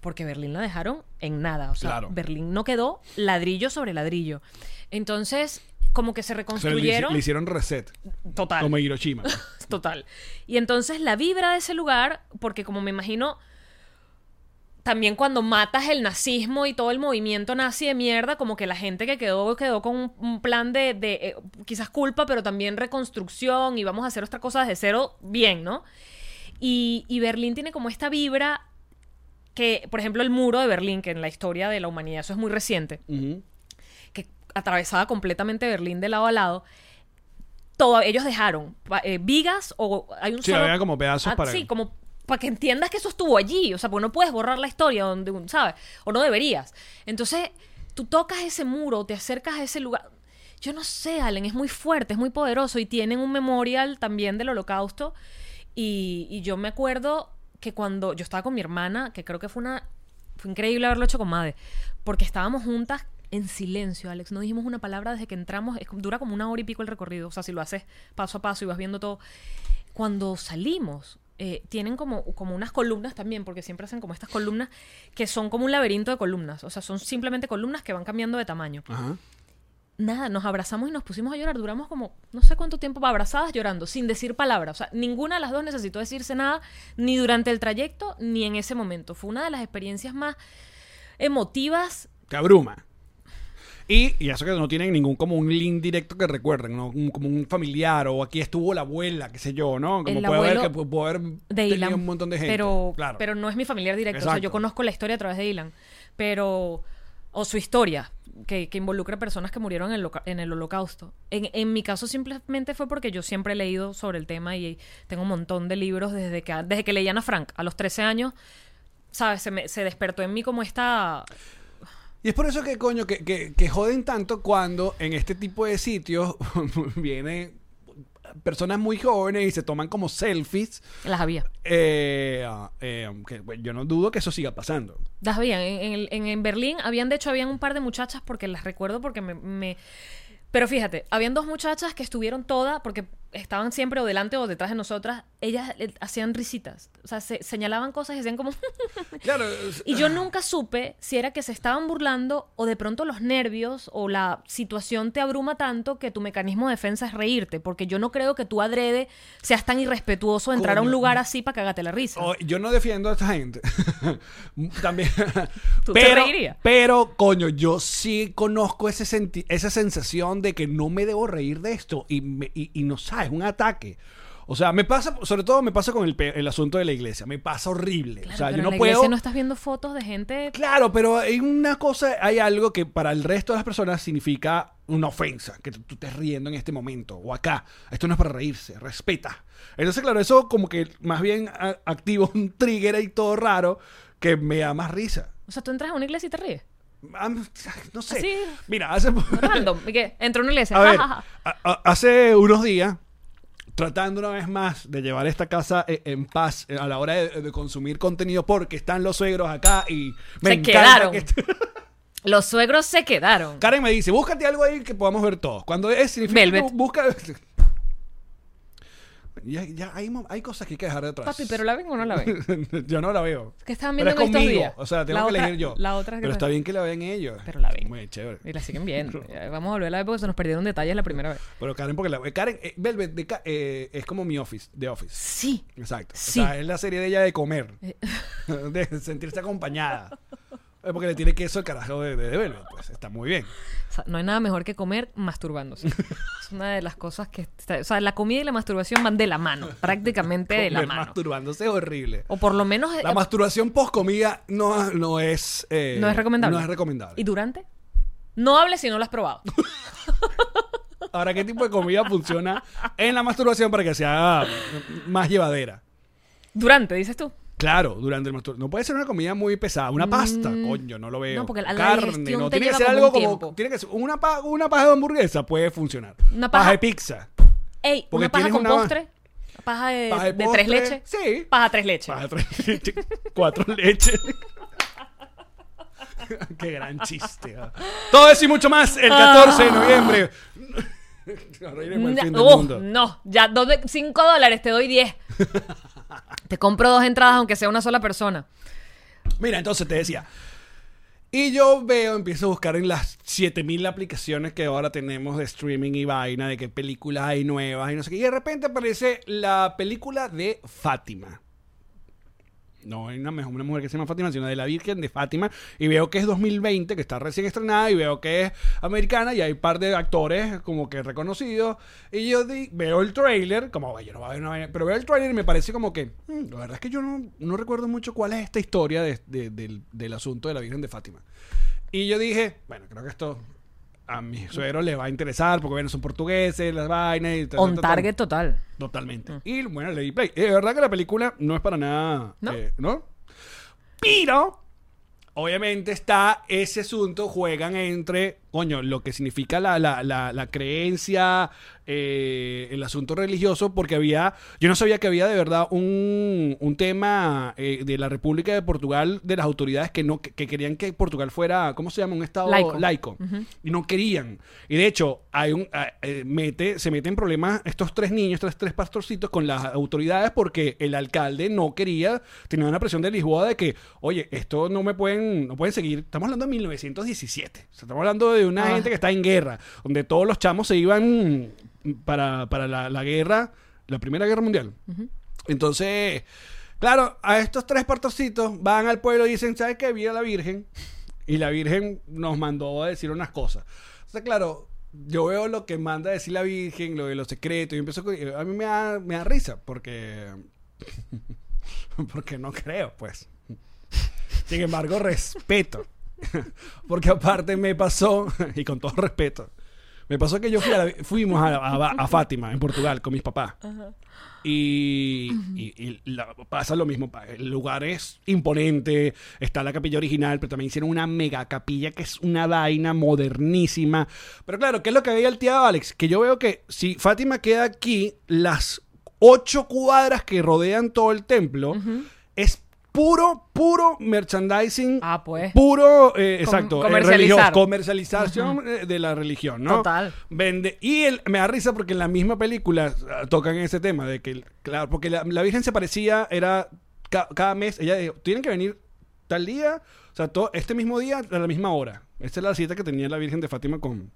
Speaker 3: Porque Berlín la dejaron en nada. O sea,
Speaker 1: Claro.
Speaker 3: Berlín no quedó ladrillo sobre ladrillo. Entonces, como que
Speaker 1: O
Speaker 3: se
Speaker 1: sea, le, hici-
Speaker 3: reconstruyeron.
Speaker 1: le hicieron reset,
Speaker 3: Total.
Speaker 1: como Hiroshima. pues.
Speaker 3: Total. Y entonces la vibra de ese lugar, porque como me imagino, también cuando matas el nazismo y todo el movimiento nazi de mierda, como que la gente que quedó, quedó con un, un plan de, de, eh, quizás culpa, pero también reconstrucción y vamos a hacer otra cosa desde cero, bien, ¿no? Y, y Berlín tiene como esta vibra que, por ejemplo, el muro de Berlín, que en la historia de la humanidad eso es muy reciente,
Speaker 1: Ujú.
Speaker 3: que atravesaba completamente Berlín de lado a lado. Todo, ellos dejaron pa- eh, vigas o hay un
Speaker 1: Sí,
Speaker 3: solo-
Speaker 1: había como pedazos para-
Speaker 3: Ah, Sí, como para que entiendas que eso estuvo allí. O sea, porque no puedes borrar la historia, donde, un- ¿sabes? O no deberías. Entonces, tú tocas ese muro, te acercas a ese lugar. Yo no sé, Allen, es muy fuerte, es muy poderoso y tienen un memorial también del holocausto. Y, y yo me acuerdo que cuando yo estaba con mi hermana, que creo que fue una. Fue increíble haberlo hecho con Made, porque estábamos juntas en silencio, Alex. No dijimos una palabra desde que entramos. Es como- dura como una hora y pico el recorrido. O sea, si lo haces paso a paso y vas viendo todo. Cuando salimos, eh, tienen como, como unas columnas también, porque siempre hacen como estas columnas que son como un laberinto de columnas. O sea, son simplemente columnas que van cambiando de tamaño
Speaker 1: Ajá.
Speaker 3: nada, nos abrazamos y nos pusimos a llorar. Duramos como no sé cuánto tiempo abrazadas llorando, sin decir palabra. O sea, ninguna de las dos necesitó decirse nada, ni durante el trayecto, ni en ese momento. Fue una de las experiencias más emotivas.
Speaker 1: Te abruma. Y, y eso que no tienen ningún como un link directo que recuerden, ¿no? Un- como un familiar o aquí estuvo la abuela, qué sé yo, ¿no? Como
Speaker 3: El
Speaker 1: puede haber, que
Speaker 3: abuelo
Speaker 1: pu- puede haber
Speaker 3: De
Speaker 1: tenido
Speaker 3: Ilan.
Speaker 1: un montón de gente.
Speaker 3: Pero,
Speaker 1: claro.
Speaker 3: pero no es mi familiar directo. O sea, yo
Speaker 1: Exacto.
Speaker 3: conozco la historia a través de Dylan. Pero. O su historia, que, que involucra personas que murieron en el, loca- en el holocausto. En, en mi caso, simplemente fue porque yo siempre he leído sobre el tema y tengo un montón de libros desde que, desde que leí a Ana Frank. A los 13 años, ¿sabes? Se, me- se despertó en mí como esta.
Speaker 1: Y es por eso que, coño, que, que- que joden tanto cuando en este tipo de sitios vienen personas muy jóvenes y se toman como selfies.
Speaker 3: Las había.
Speaker 1: eh, ah, eh, que, bueno, yo no dudo que eso siga pasando.
Speaker 3: Las habían. En, en el- en- en Berlín habían, de hecho, habían un par de muchachas porque las recuerdo porque me, me- Pero fíjate, habían dos muchachas que estuvieron todas porque estaban siempre o delante o detrás de nosotras. Ellas eh, hacían risitas. O sea, se, señalaban cosas y hacían como...
Speaker 1: Claro, es-
Speaker 3: y yo nunca supe si era que se estaban burlando o de pronto los nervios o la situación te abruma tanto que tu mecanismo de defensa es reírte. Porque yo no creo que tú adrede seas tan irrespetuoso de entrar a un
Speaker 1: Coño.
Speaker 3: lugar así para cagarte la risa.
Speaker 1: o- Oh, yo no defiendo a esta gente. También.
Speaker 3: ¿Tú te
Speaker 1: pero,
Speaker 3: reirías?
Speaker 1: pero, coño, yo sí conozco ese senti- esa sensación de que no me debo reír de esto y, me- y- y no sabes, un ataque. O sea, me pasa, sobre todo me pasa con el, pe- el asunto de la iglesia, me pasa horrible.
Speaker 3: Claro,
Speaker 1: o sea,
Speaker 3: pero
Speaker 1: yo
Speaker 3: en
Speaker 1: no
Speaker 3: la iglesia
Speaker 1: puedo.
Speaker 3: no estás viendo fotos de gente
Speaker 1: Claro, pero hay una cosa, hay algo que para el resto de las personas significa una ofensa, que tú tú estés riendo en este momento o acá. Esto no es para reírse, respeta. Entonces, claro, eso como que más bien a- activa un trigger ahí todo raro que me da más risa.
Speaker 3: O sea, tú entras a una iglesia y te ríes.
Speaker 1: Ah, No sé.
Speaker 3: Así.
Speaker 1: Mira, hace...
Speaker 3: Random. ¿Y qué? Entró a una iglesia.
Speaker 1: A ver,
Speaker 3: Ja, ja, ja.
Speaker 1: a- a- hace unos días, tratando una vez más de llevar esta casa e- en paz eh, a la hora de, de consumir contenido, porque están los suegros acá y me
Speaker 3: Se
Speaker 1: encanta
Speaker 3: quedaron.
Speaker 1: que-
Speaker 3: Los suegros se quedaron.
Speaker 1: Karen me dice, búscate algo ahí que podamos ver todos. Cuando es, significa
Speaker 3: Velvet.
Speaker 1: que busca... Ya, ya hay, mo- hay cosas que hay que dejar detrás.
Speaker 3: Papi, pero la ven o no la ven.
Speaker 1: yo no la veo.
Speaker 3: ¿Qué estaban
Speaker 1: Pero
Speaker 3: viendo
Speaker 1: es
Speaker 3: en estos
Speaker 1: conmigo.
Speaker 3: días?
Speaker 1: O sea, tengo
Speaker 3: La
Speaker 1: que
Speaker 3: otra-
Speaker 1: elegir yo.
Speaker 3: la otra que
Speaker 1: pero
Speaker 3: te-
Speaker 1: está bien que la vean ellos.
Speaker 3: Pero la ven.
Speaker 1: Muy chévere.
Speaker 3: Y la siguen viendo. Ya, Vamos a volver a ver porque se nos perdieron detalles la primera vez.
Speaker 1: Pero Karen, porque la... Karen, eh, Velvet de Ka- eh, es como mi office, de office.
Speaker 3: Sí.
Speaker 1: Exacto.
Speaker 3: Sí. Eh.
Speaker 1: O sea, es la serie de ella de comer. de sentirse acompañada. Eh, Porque le tiene queso al carajo de, de, de Velvet. Pues está muy bien.
Speaker 3: O sea, no hay nada mejor que comer masturbándose. es una de las cosas que... está- O sea, la comida y la masturbación van de la mano. Prácticamente de la
Speaker 1: Comer
Speaker 3: mano.
Speaker 1: Masturbándose es horrible.
Speaker 3: O por lo menos... eh,
Speaker 1: La masturbación post comida no, no es. eh,
Speaker 3: no es recomendable.
Speaker 1: No es recomendable.
Speaker 3: ¿Y durante? No hables si no lo has probado.
Speaker 1: Ahora, ¿qué tipo de comida funciona en la masturbación para que sea más llevadera?
Speaker 3: Durante, dices tú.
Speaker 1: Claro, durante el masturbación. No puede ser una comida muy pesada, una pasta, coño, no lo veo.
Speaker 3: Mm. no, porque la- la
Speaker 1: Carne,
Speaker 3: digestión
Speaker 1: no.
Speaker 3: te
Speaker 1: Tiene que
Speaker 3: lleva
Speaker 1: ser
Speaker 3: como
Speaker 1: algo
Speaker 3: un
Speaker 1: como.
Speaker 3: tiempo.
Speaker 1: Tiene que ser una, pa- una paja de hamburguesa puede funcionar.
Speaker 3: Una
Speaker 1: paja
Speaker 3: paja-
Speaker 1: de pizza.
Speaker 3: Ey,
Speaker 1: Porque
Speaker 3: una paja
Speaker 1: tienes
Speaker 3: con
Speaker 1: una-
Speaker 3: postre. Paja de,
Speaker 1: Paja de
Speaker 3: de
Speaker 1: postre,
Speaker 3: tres leches.
Speaker 1: sí.
Speaker 3: Paja tres leches.
Speaker 1: Paja de tres leches, cuatro leches. Qué gran chiste. ¿ah? Todo eso y mucho más el 14 de noviembre. Nos reiremos al fin del
Speaker 3: Ah. Na- oh,
Speaker 1: mundo.
Speaker 3: no, ya 5 dólares, te doy 10. te compro dos entradas, aunque sea una sola persona.
Speaker 1: Mira, entonces te decía. Y yo veo, empiezo a buscar en las 7000 aplicaciones que ahora tenemos de streaming y vaina, de qué películas hay nuevas y no sé qué. Y de repente aparece la película de Fátima. No, hay una, mej- una mujer que se llama Fátima, sino de la Virgen de Fátima. Y veo que es 2020, que está recién estrenada, y veo que es americana, y hay un par de actores como que reconocidos. Y yo di- veo el trailer, como, "Ay, yo no voy a ver una vaina", Pero veo el trailer y me parece como que, "Mm, la verdad es que yo no, no recuerdo mucho cuál es esta historia de- de- del, del asunto de la Virgen de Fátima. Y yo dije, bueno, creo que esto a mis suegros les va a interesar, porque bueno, son portugueses, las vainas y tal.
Speaker 3: On target total.
Speaker 1: Totalmente. Y bueno, le di play. Es verdad que la película no es para nada.
Speaker 3: ¿No?
Speaker 1: eh, ¿no? Pero, obviamente está ese asunto, juegan entre, coño, lo que significa la, la- la- la creencia, eh, el asunto religioso, porque había, yo no sabía que había de verdad un, un tema eh, de la República de Portugal, de las autoridades que no que, que querían que Portugal fuera, ¿cómo se llama? Un Estado laico.
Speaker 3: Laico.
Speaker 1: Y no querían. Y de hecho, hay un, ah, eh, mete, se meten problemas estos tres niños, estos tres pastorcitos con las autoridades porque el alcalde no quería, tenía una presión de Lisboa de que, oye, esto no me pueden, no pueden seguir. Estamos hablando de 1917. O sea, estamos hablando de una
Speaker 3: Ah.
Speaker 1: gente que está en guerra, donde todos los chamos se iban mm, para, para la, la guerra, la Primera Guerra Mundial. Entonces, claro, a estos tres pastorcitos van al pueblo y dicen, ¿sabes qué? Viva la Virgen. Y la Virgen nos mandó a decir unas cosas. O sea, claro, yo veo lo que manda a decir la Virgen, lo de los secretos, y empiezo con- a mí me da, me da risa, porque... porque no creo, pues. Sin embargo, respeto. Porque aparte me pasó, y con todo respeto, me pasó que yo fui a la- fuimos a, a- a Fátima, en Portugal, con mis papás. Y, y- y la- pasa lo mismo. pa- El lugar es imponente. Está la capilla original, pero también hicieron una mega capilla que es una vaina modernísima. Pero claro, ¿qué es lo que veía el tío Alex? Que yo veo que si Fátima queda aquí, las ocho cuadras que rodean todo el templo es puro, puro merchandising.
Speaker 3: Ah, pues.
Speaker 1: Puro, eh,
Speaker 3: Com-
Speaker 1: exacto, eh,
Speaker 3: comercializar.
Speaker 1: religioso, comercialización eh, de la religión, ¿no?
Speaker 3: Total.
Speaker 1: Vende. Y él, me da risa porque en la misma película ah, tocan ese tema de que, claro, porque la, la Virgen se parecía, era ca- cada mes, ella dijo, tienen que venir tal día, o sea, todo, este mismo día a la misma hora. Esta es la cita que tenía la Virgen de Fátima con,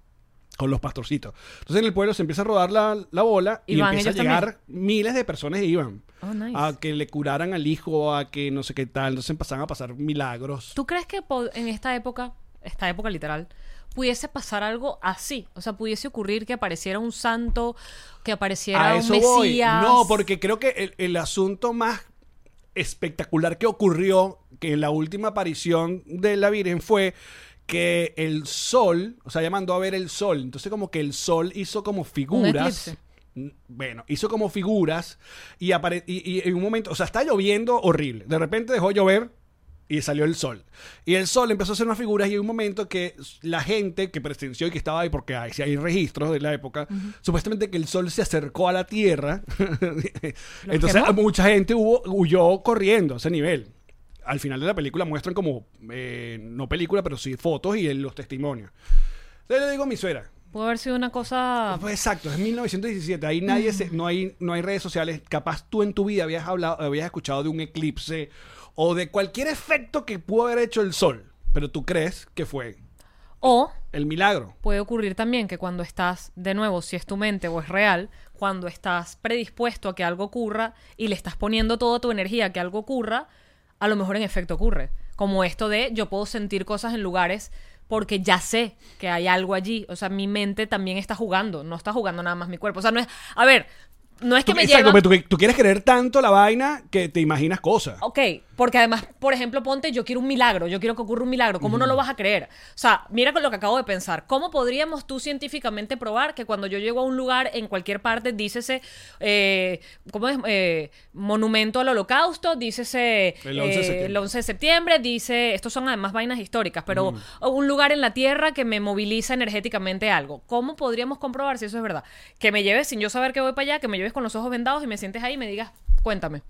Speaker 1: con los pastorcitos. Entonces en el pueblo se empieza a rodar la, la bola y,
Speaker 3: ¿Y van
Speaker 1: empieza a
Speaker 3: ellos
Speaker 1: llegar miles de personas y iban.
Speaker 3: Oh, nice.
Speaker 1: A que le curaran al hijo, a que no sé qué tal. Entonces empezaban a pasar milagros.
Speaker 3: ¿Tú crees que po- en esta época, esta época literal, pudiese pasar algo así? O sea, pudiese ocurrir que apareciera un santo, que apareciera
Speaker 1: a
Speaker 3: un
Speaker 1: eso voy.
Speaker 3: mesías.
Speaker 1: No, porque creo que el, el asunto más espectacular que ocurrió que en la última aparición de la Virgen fue que el sol, o sea, ella mandó a ver el sol, entonces como que el sol hizo como figuras.
Speaker 3: eclipse.
Speaker 1: N- Bueno, hizo como figuras y, apare- y- y en un momento, o sea, está lloviendo horrible. De repente dejó llover y salió el sol. Y el sol empezó a hacer unas figuras y en un momento que s- la gente que presenció y que estaba ahí, porque hay, si hay registros de la época, supuestamente que el sol se acercó a la Tierra. Entonces
Speaker 3: quemó?
Speaker 1: mucha gente hubo, huyó corriendo a ese nivel. Al final de la película muestran como, eh, no película, pero sí fotos y eh, los testimonios. Entonces le digo a mi suegra,
Speaker 3: Puede haber sido una cosa.
Speaker 1: pues exacto, es 1917. Ahí nadie se- no hay, no hay redes sociales. Capaz tú en tu vida habías hablado, habías escuchado de un eclipse o de cualquier efecto que pudo haber hecho el sol. Pero tú crees que fue
Speaker 3: O
Speaker 1: el milagro.
Speaker 3: puede ocurrir también que cuando estás, de nuevo, si es tu mente o es real, cuando estás predispuesto a que algo ocurra y le estás poniendo toda tu energía a que algo ocurra, a lo mejor en efecto ocurre. Como esto de yo puedo sentir cosas en lugares porque ya sé que hay algo allí. O sea, mi mente también está jugando, no está jugando nada más mi cuerpo. O sea, no es. A ver, no es que
Speaker 1: Tú-
Speaker 3: me
Speaker 1: exacto,
Speaker 3: llevan-
Speaker 1: pero tú, tú quieres creer tanto la vaina que te imaginas cosas.
Speaker 3: Ok, Porque además, por ejemplo, ponte, yo quiero un milagro, yo quiero que ocurra un milagro. ¿Cómo no lo vas a creer? O sea, mira con lo que acabo de pensar. ¿Cómo podríamos tú científicamente probar que cuando yo llego a un lugar en cualquier parte, dícese, eh, ¿cómo es? Eh, monumento al holocausto, dícese
Speaker 1: El 11 de
Speaker 3: eh,
Speaker 1: septiembre.
Speaker 3: el 11 de septiembre, dice, estos son además vainas históricas, pero un lugar en la Tierra que me moviliza energéticamente algo. ¿Cómo podríamos comprobar si eso es verdad? Que me lleves sin yo saber que voy para allá, que me lleves con los ojos vendados y me sientes ahí y me digas, cuéntame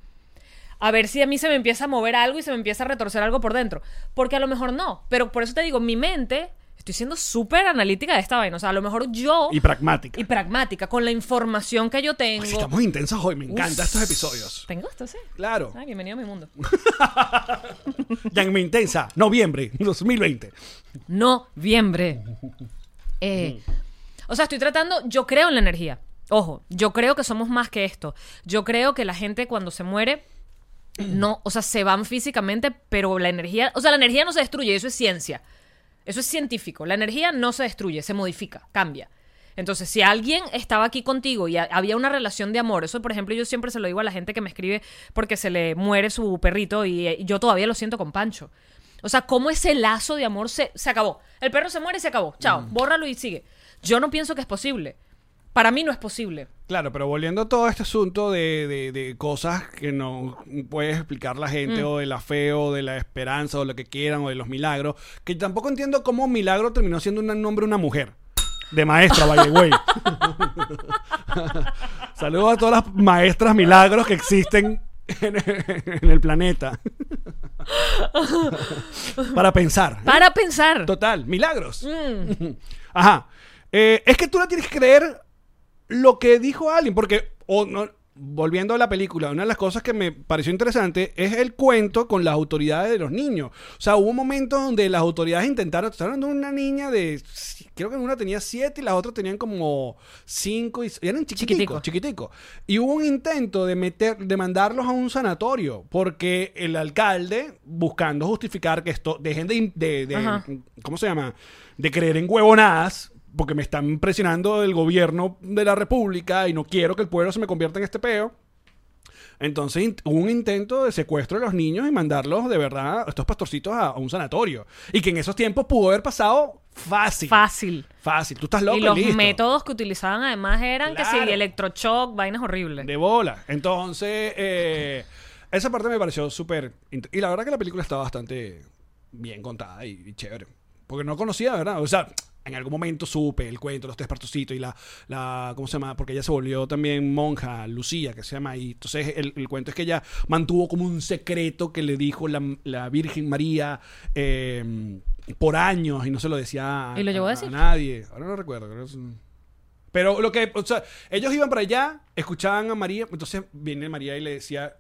Speaker 3: a ver si a mí se me empieza a mover algo y se me empieza a retorcer algo por dentro. Porque a lo mejor no. Pero por eso te digo, mi mente, estoy siendo súper analítica de esta vaina. O sea, a lo mejor yo.
Speaker 1: Y pragmática.
Speaker 3: y pragmática, con la información que yo tengo.
Speaker 1: Ay, estamos intensos hoy, me encantan
Speaker 3: Uf.
Speaker 1: estos episodios.
Speaker 3: ¿Tengo esto, sí?
Speaker 1: Claro.
Speaker 3: Ay, bienvenido a mi mundo.
Speaker 1: Yang Me Intensa, noviembre 2020.
Speaker 3: Noviembre. Eh, o sea, estoy tratando, yo creo en la energía. Ojo, yo creo que somos más que esto. Yo creo que la gente cuando se muere, no, o sea, se van físicamente, pero la energía, o sea, la energía no se destruye, eso es ciencia. Eso es científico. La energía no se destruye, se modifica, cambia. Entonces, si alguien estaba aquí contigo y ha- había una relación de amor, eso por ejemplo yo siempre se lo digo a la gente que me escribe porque se le muere su perrito y, eh, yo todavía lo siento con Pancho. O sea, cómo ese lazo de amor se, se acabó. El perro se muere y se acabó. Chao,
Speaker 1: Mm.
Speaker 3: bórralo y sigue. Yo no pienso que es posible. Para mí no es posible.
Speaker 1: Claro, pero volviendo a todo este asunto de, de- de cosas que no puedes explicar la gente, o de la fe, o de la esperanza, o lo que quieran, o de los milagros, que tampoco entiendo cómo milagro terminó siendo un nombre de una mujer. De maestra, by the way. Saludos a todas las maestras milagros que existen en, en el planeta. Para pensar.
Speaker 3: Para pensar.
Speaker 1: Total, Mm. milagros. Ajá. Eh, es que tú no tienes que creer lo que dijo alguien, porque, o no- volviendo a la película, una de las cosas que me pareció interesante es el cuento con las autoridades de los niños. O sea, hubo un momento donde las autoridades intentaron, te estoy hablando de una niña de, creo que una tenía siete y las otras tenían como cinco, y, eran
Speaker 3: Chiquitico.
Speaker 1: chiquiticos, chiquitico. Y hubo un intento de meter, de mandarlos a un sanatorio, porque el alcalde, buscando justificar que esto, dejen de, in- de- de-
Speaker 3: Ajá.
Speaker 1: ¿cómo se llama? De creer en huevonadas, porque me están presionando el gobierno de la república y no quiero que el pueblo se me convierta en este peo. Entonces int- hubo un intento de secuestro de los niños y mandarlos de verdad, estos pastorcitos, a, a un sanatorio. Y que en esos tiempos pudo haber pasado fácil.
Speaker 3: Fácil.
Speaker 1: Fácil. Tú estás loco.
Speaker 3: y los
Speaker 1: listo.
Speaker 3: métodos que utilizaban además eran que
Speaker 1: Claro.
Speaker 3: sí, electrochoc, vainas horribles.
Speaker 1: De bola. Entonces, eh, esa parte me pareció súper. int- Y la verdad que la película está bastante bien contada y, y chévere. Porque no conocía, ¿verdad? O sea, en algún momento supe el cuento, los tres partucitos y la, la. ¿Cómo se llama? Porque ella se volvió también monja, Lucía, que se llama. Y entonces el, el cuento es que ella mantuvo como un secreto que le dijo la, la Virgen María. eh, por años y no se lo decía a-
Speaker 3: ¿Y lo llegó a
Speaker 1: a-
Speaker 3: decir?
Speaker 1: a Ah, nadie. Ahora no recuerdo, creo que es un- pero lo que, o sea, ellos iban para allá, escuchaban a María, entonces viene María y le decía,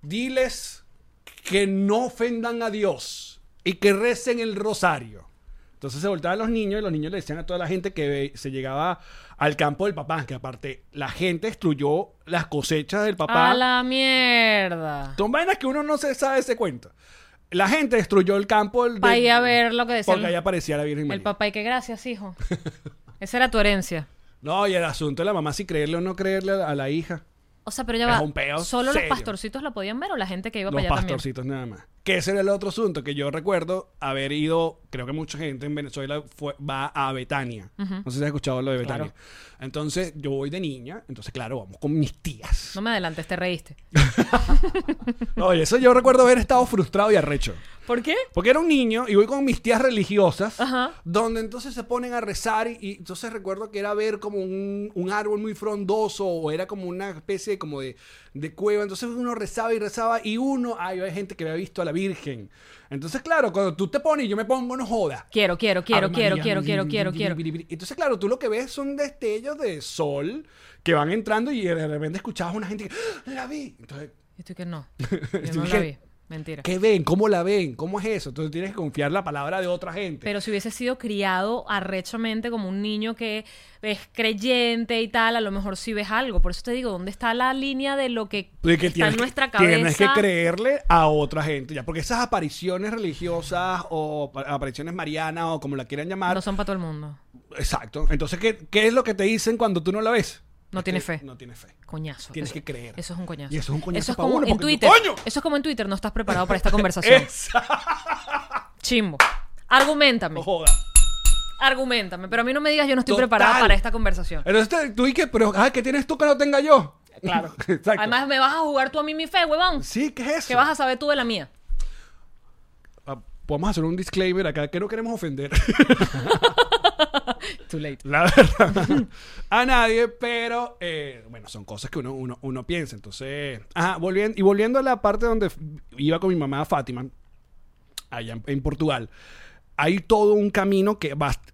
Speaker 1: diles que no ofendan a Dios y que recen el rosario. Entonces se voltaban los niños y los niños le decían a toda la gente que ve- se llegaba al campo del papá, que aparte la gente destruyó las cosechas del papá.
Speaker 3: A la mierda.
Speaker 1: Son vainas que uno no se sabe ese cuento. La gente destruyó el campo del...
Speaker 3: Para ir a
Speaker 1: del-
Speaker 3: ver lo que decía
Speaker 1: Porque ahí aparecía la Virgen
Speaker 3: el
Speaker 1: María.
Speaker 3: papá y que gracias, hijo. Esa era tu herencia.
Speaker 1: No, y el asunto de la mamá, si creerle o no creerle a la- a la hija.
Speaker 3: O sea, pero ya
Speaker 1: Es
Speaker 3: va.
Speaker 1: un peo
Speaker 3: ¿Solo
Speaker 1: serio.
Speaker 3: los pastorcitos la podían ver o la gente que iba
Speaker 1: Los
Speaker 3: para allá también?
Speaker 1: pastorcitos nada más. Que ese era el otro asunto que yo recuerdo haber ido, creo que mucha gente en Venezuela fue, va a Betania. No sé si has escuchado lo de Betania. Entonces yo voy de niña, entonces claro, vamos con mis tías.
Speaker 3: No me adelantes, te reíste.
Speaker 1: Oye, eso yo recuerdo haber estado frustrado y arrecho.
Speaker 3: ¿Por qué?
Speaker 1: Porque era un niño y voy con mis tías religiosas,
Speaker 3: Ajá.
Speaker 1: donde entonces se ponen a rezar y, y entonces recuerdo que era ver como un, un árbol muy frondoso o era como una especie de- como de, de cueva. Entonces uno rezaba y rezaba y uno, ay, hay gente que había visto a la Virgen. Entonces, claro, cuando tú te pones y yo me pongo, no joda.
Speaker 3: Quiero, quiero, quiero,
Speaker 1: Ave
Speaker 3: quiero,
Speaker 1: María,
Speaker 3: quiero,
Speaker 1: bri-
Speaker 3: quiero,
Speaker 1: bri-
Speaker 3: quiero,
Speaker 1: bri-
Speaker 3: quiero.
Speaker 1: bri- bri- Entonces, claro, tú lo que ves son destellos de sol que van entrando y de repente escuchabas a una gente que, "¡Ah, la vi. Entonces,
Speaker 3: Y tú que no.
Speaker 1: Yo
Speaker 3: Yo no
Speaker 1: dije,
Speaker 3: la vi. Mentira.
Speaker 1: ¿Qué ven? ¿Cómo la ven? ¿Cómo es eso? Entonces tienes que confiar la palabra de otra gente.
Speaker 3: Pero si hubiese sido criado arrechamente como un niño que es creyente y tal, a lo mejor sí ves algo. Por eso te digo, ¿dónde está la línea de lo que,
Speaker 1: De que
Speaker 3: está
Speaker 1: tienes
Speaker 3: en
Speaker 1: que-
Speaker 3: nuestra cabeza?
Speaker 1: Tienes que creerle a otra gente, ya. Porque esas apariciones religiosas o pa- apariciones marianas o como la quieran llamar.
Speaker 3: No son para todo el mundo.
Speaker 1: Exacto. Entonces, ¿qué, qué es lo que te dicen cuando tú no la ves?
Speaker 3: No
Speaker 1: Es
Speaker 3: tiene
Speaker 1: que
Speaker 3: fe.
Speaker 1: No tiene fe.
Speaker 3: Coñazo.
Speaker 1: Tienes
Speaker 3: Eso-
Speaker 1: que creer.
Speaker 3: Eso es un coñazo.
Speaker 1: Y eso es un coñazo
Speaker 3: Eso es
Speaker 1: pa'
Speaker 3: como
Speaker 1: uno,
Speaker 3: en
Speaker 1: porque-
Speaker 3: Twitter.
Speaker 1: ¡Coño!
Speaker 3: Eso es como en Twitter. No estás preparado para esta conversación. Chimbo. Argumentame.
Speaker 1: No joda.
Speaker 3: Argumentame. Pero a mí no me digas yo no estoy
Speaker 1: Total.
Speaker 3: preparada para esta conversación.
Speaker 1: Entonces te- tú dices, pero ah, ¿qué tienes tú que no tenga yo?
Speaker 3: Claro.
Speaker 1: Exacto.
Speaker 3: Además, me vas a jugar tú a mí mi fe, huevón.
Speaker 1: sí, ¿qué es eso?
Speaker 3: ¿Qué vas a saber tú de la mía?
Speaker 1: Ah, Podemos hacer un disclaimer acá que no queremos ofender.
Speaker 3: Too late.
Speaker 1: La verdad. A nadie, pero eh, bueno, son cosas que uno, uno, uno piensa. Entonces, ajá, volviendo, y volviendo a la parte donde f- iba con mi mamá Fátima, allá en, en Portugal, hay todo un camino que va hasta,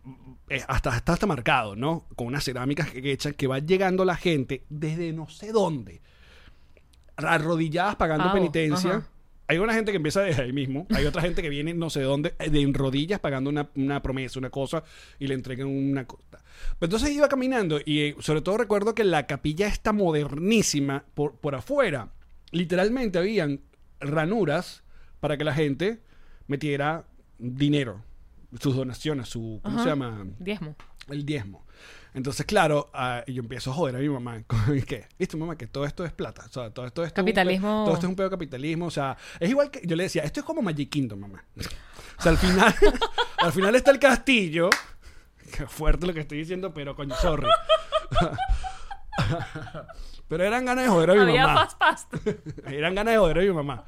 Speaker 1: eh, hasta, está hasta marcado, ¿no? Con unas cerámicas que echan, que va llegando la gente desde no sé dónde, arrodilladas pagando
Speaker 3: Ah, oh,
Speaker 1: penitencia.
Speaker 3: ajá.
Speaker 1: Hay una gente que empieza desde ahí mismo. Hay otra gente que viene no sé dónde, eh, de en rodillas, pagando una, una promesa, una cosa, y le entregan una cosa. Pero entonces iba caminando y eh, sobre todo recuerdo que la capilla está modernísima por, por afuera. Literalmente habían ranuras para que la gente metiera dinero, sus donaciones, su... ¿Cómo se llama?
Speaker 3: Diezmo.
Speaker 1: El diezmo. Entonces, claro, ah, yo empiezo a joder a mi mamá. con que, Listo, mamá, que todo esto es plata. O sea, todo esto es.
Speaker 3: Capitalismo.
Speaker 1: todo esto es un pedo de capitalismo. O sea, es igual que. Yo le decía, esto es como Magic Kingdom, mamá. O sea, al final. al final está el castillo. Qué fuerte lo que estoy diciendo, pero coño, sorry. pero eran ganas de joder a mi
Speaker 3: Había
Speaker 1: mamá.
Speaker 3: fast past.
Speaker 1: Eran ganas de joder a mi mamá.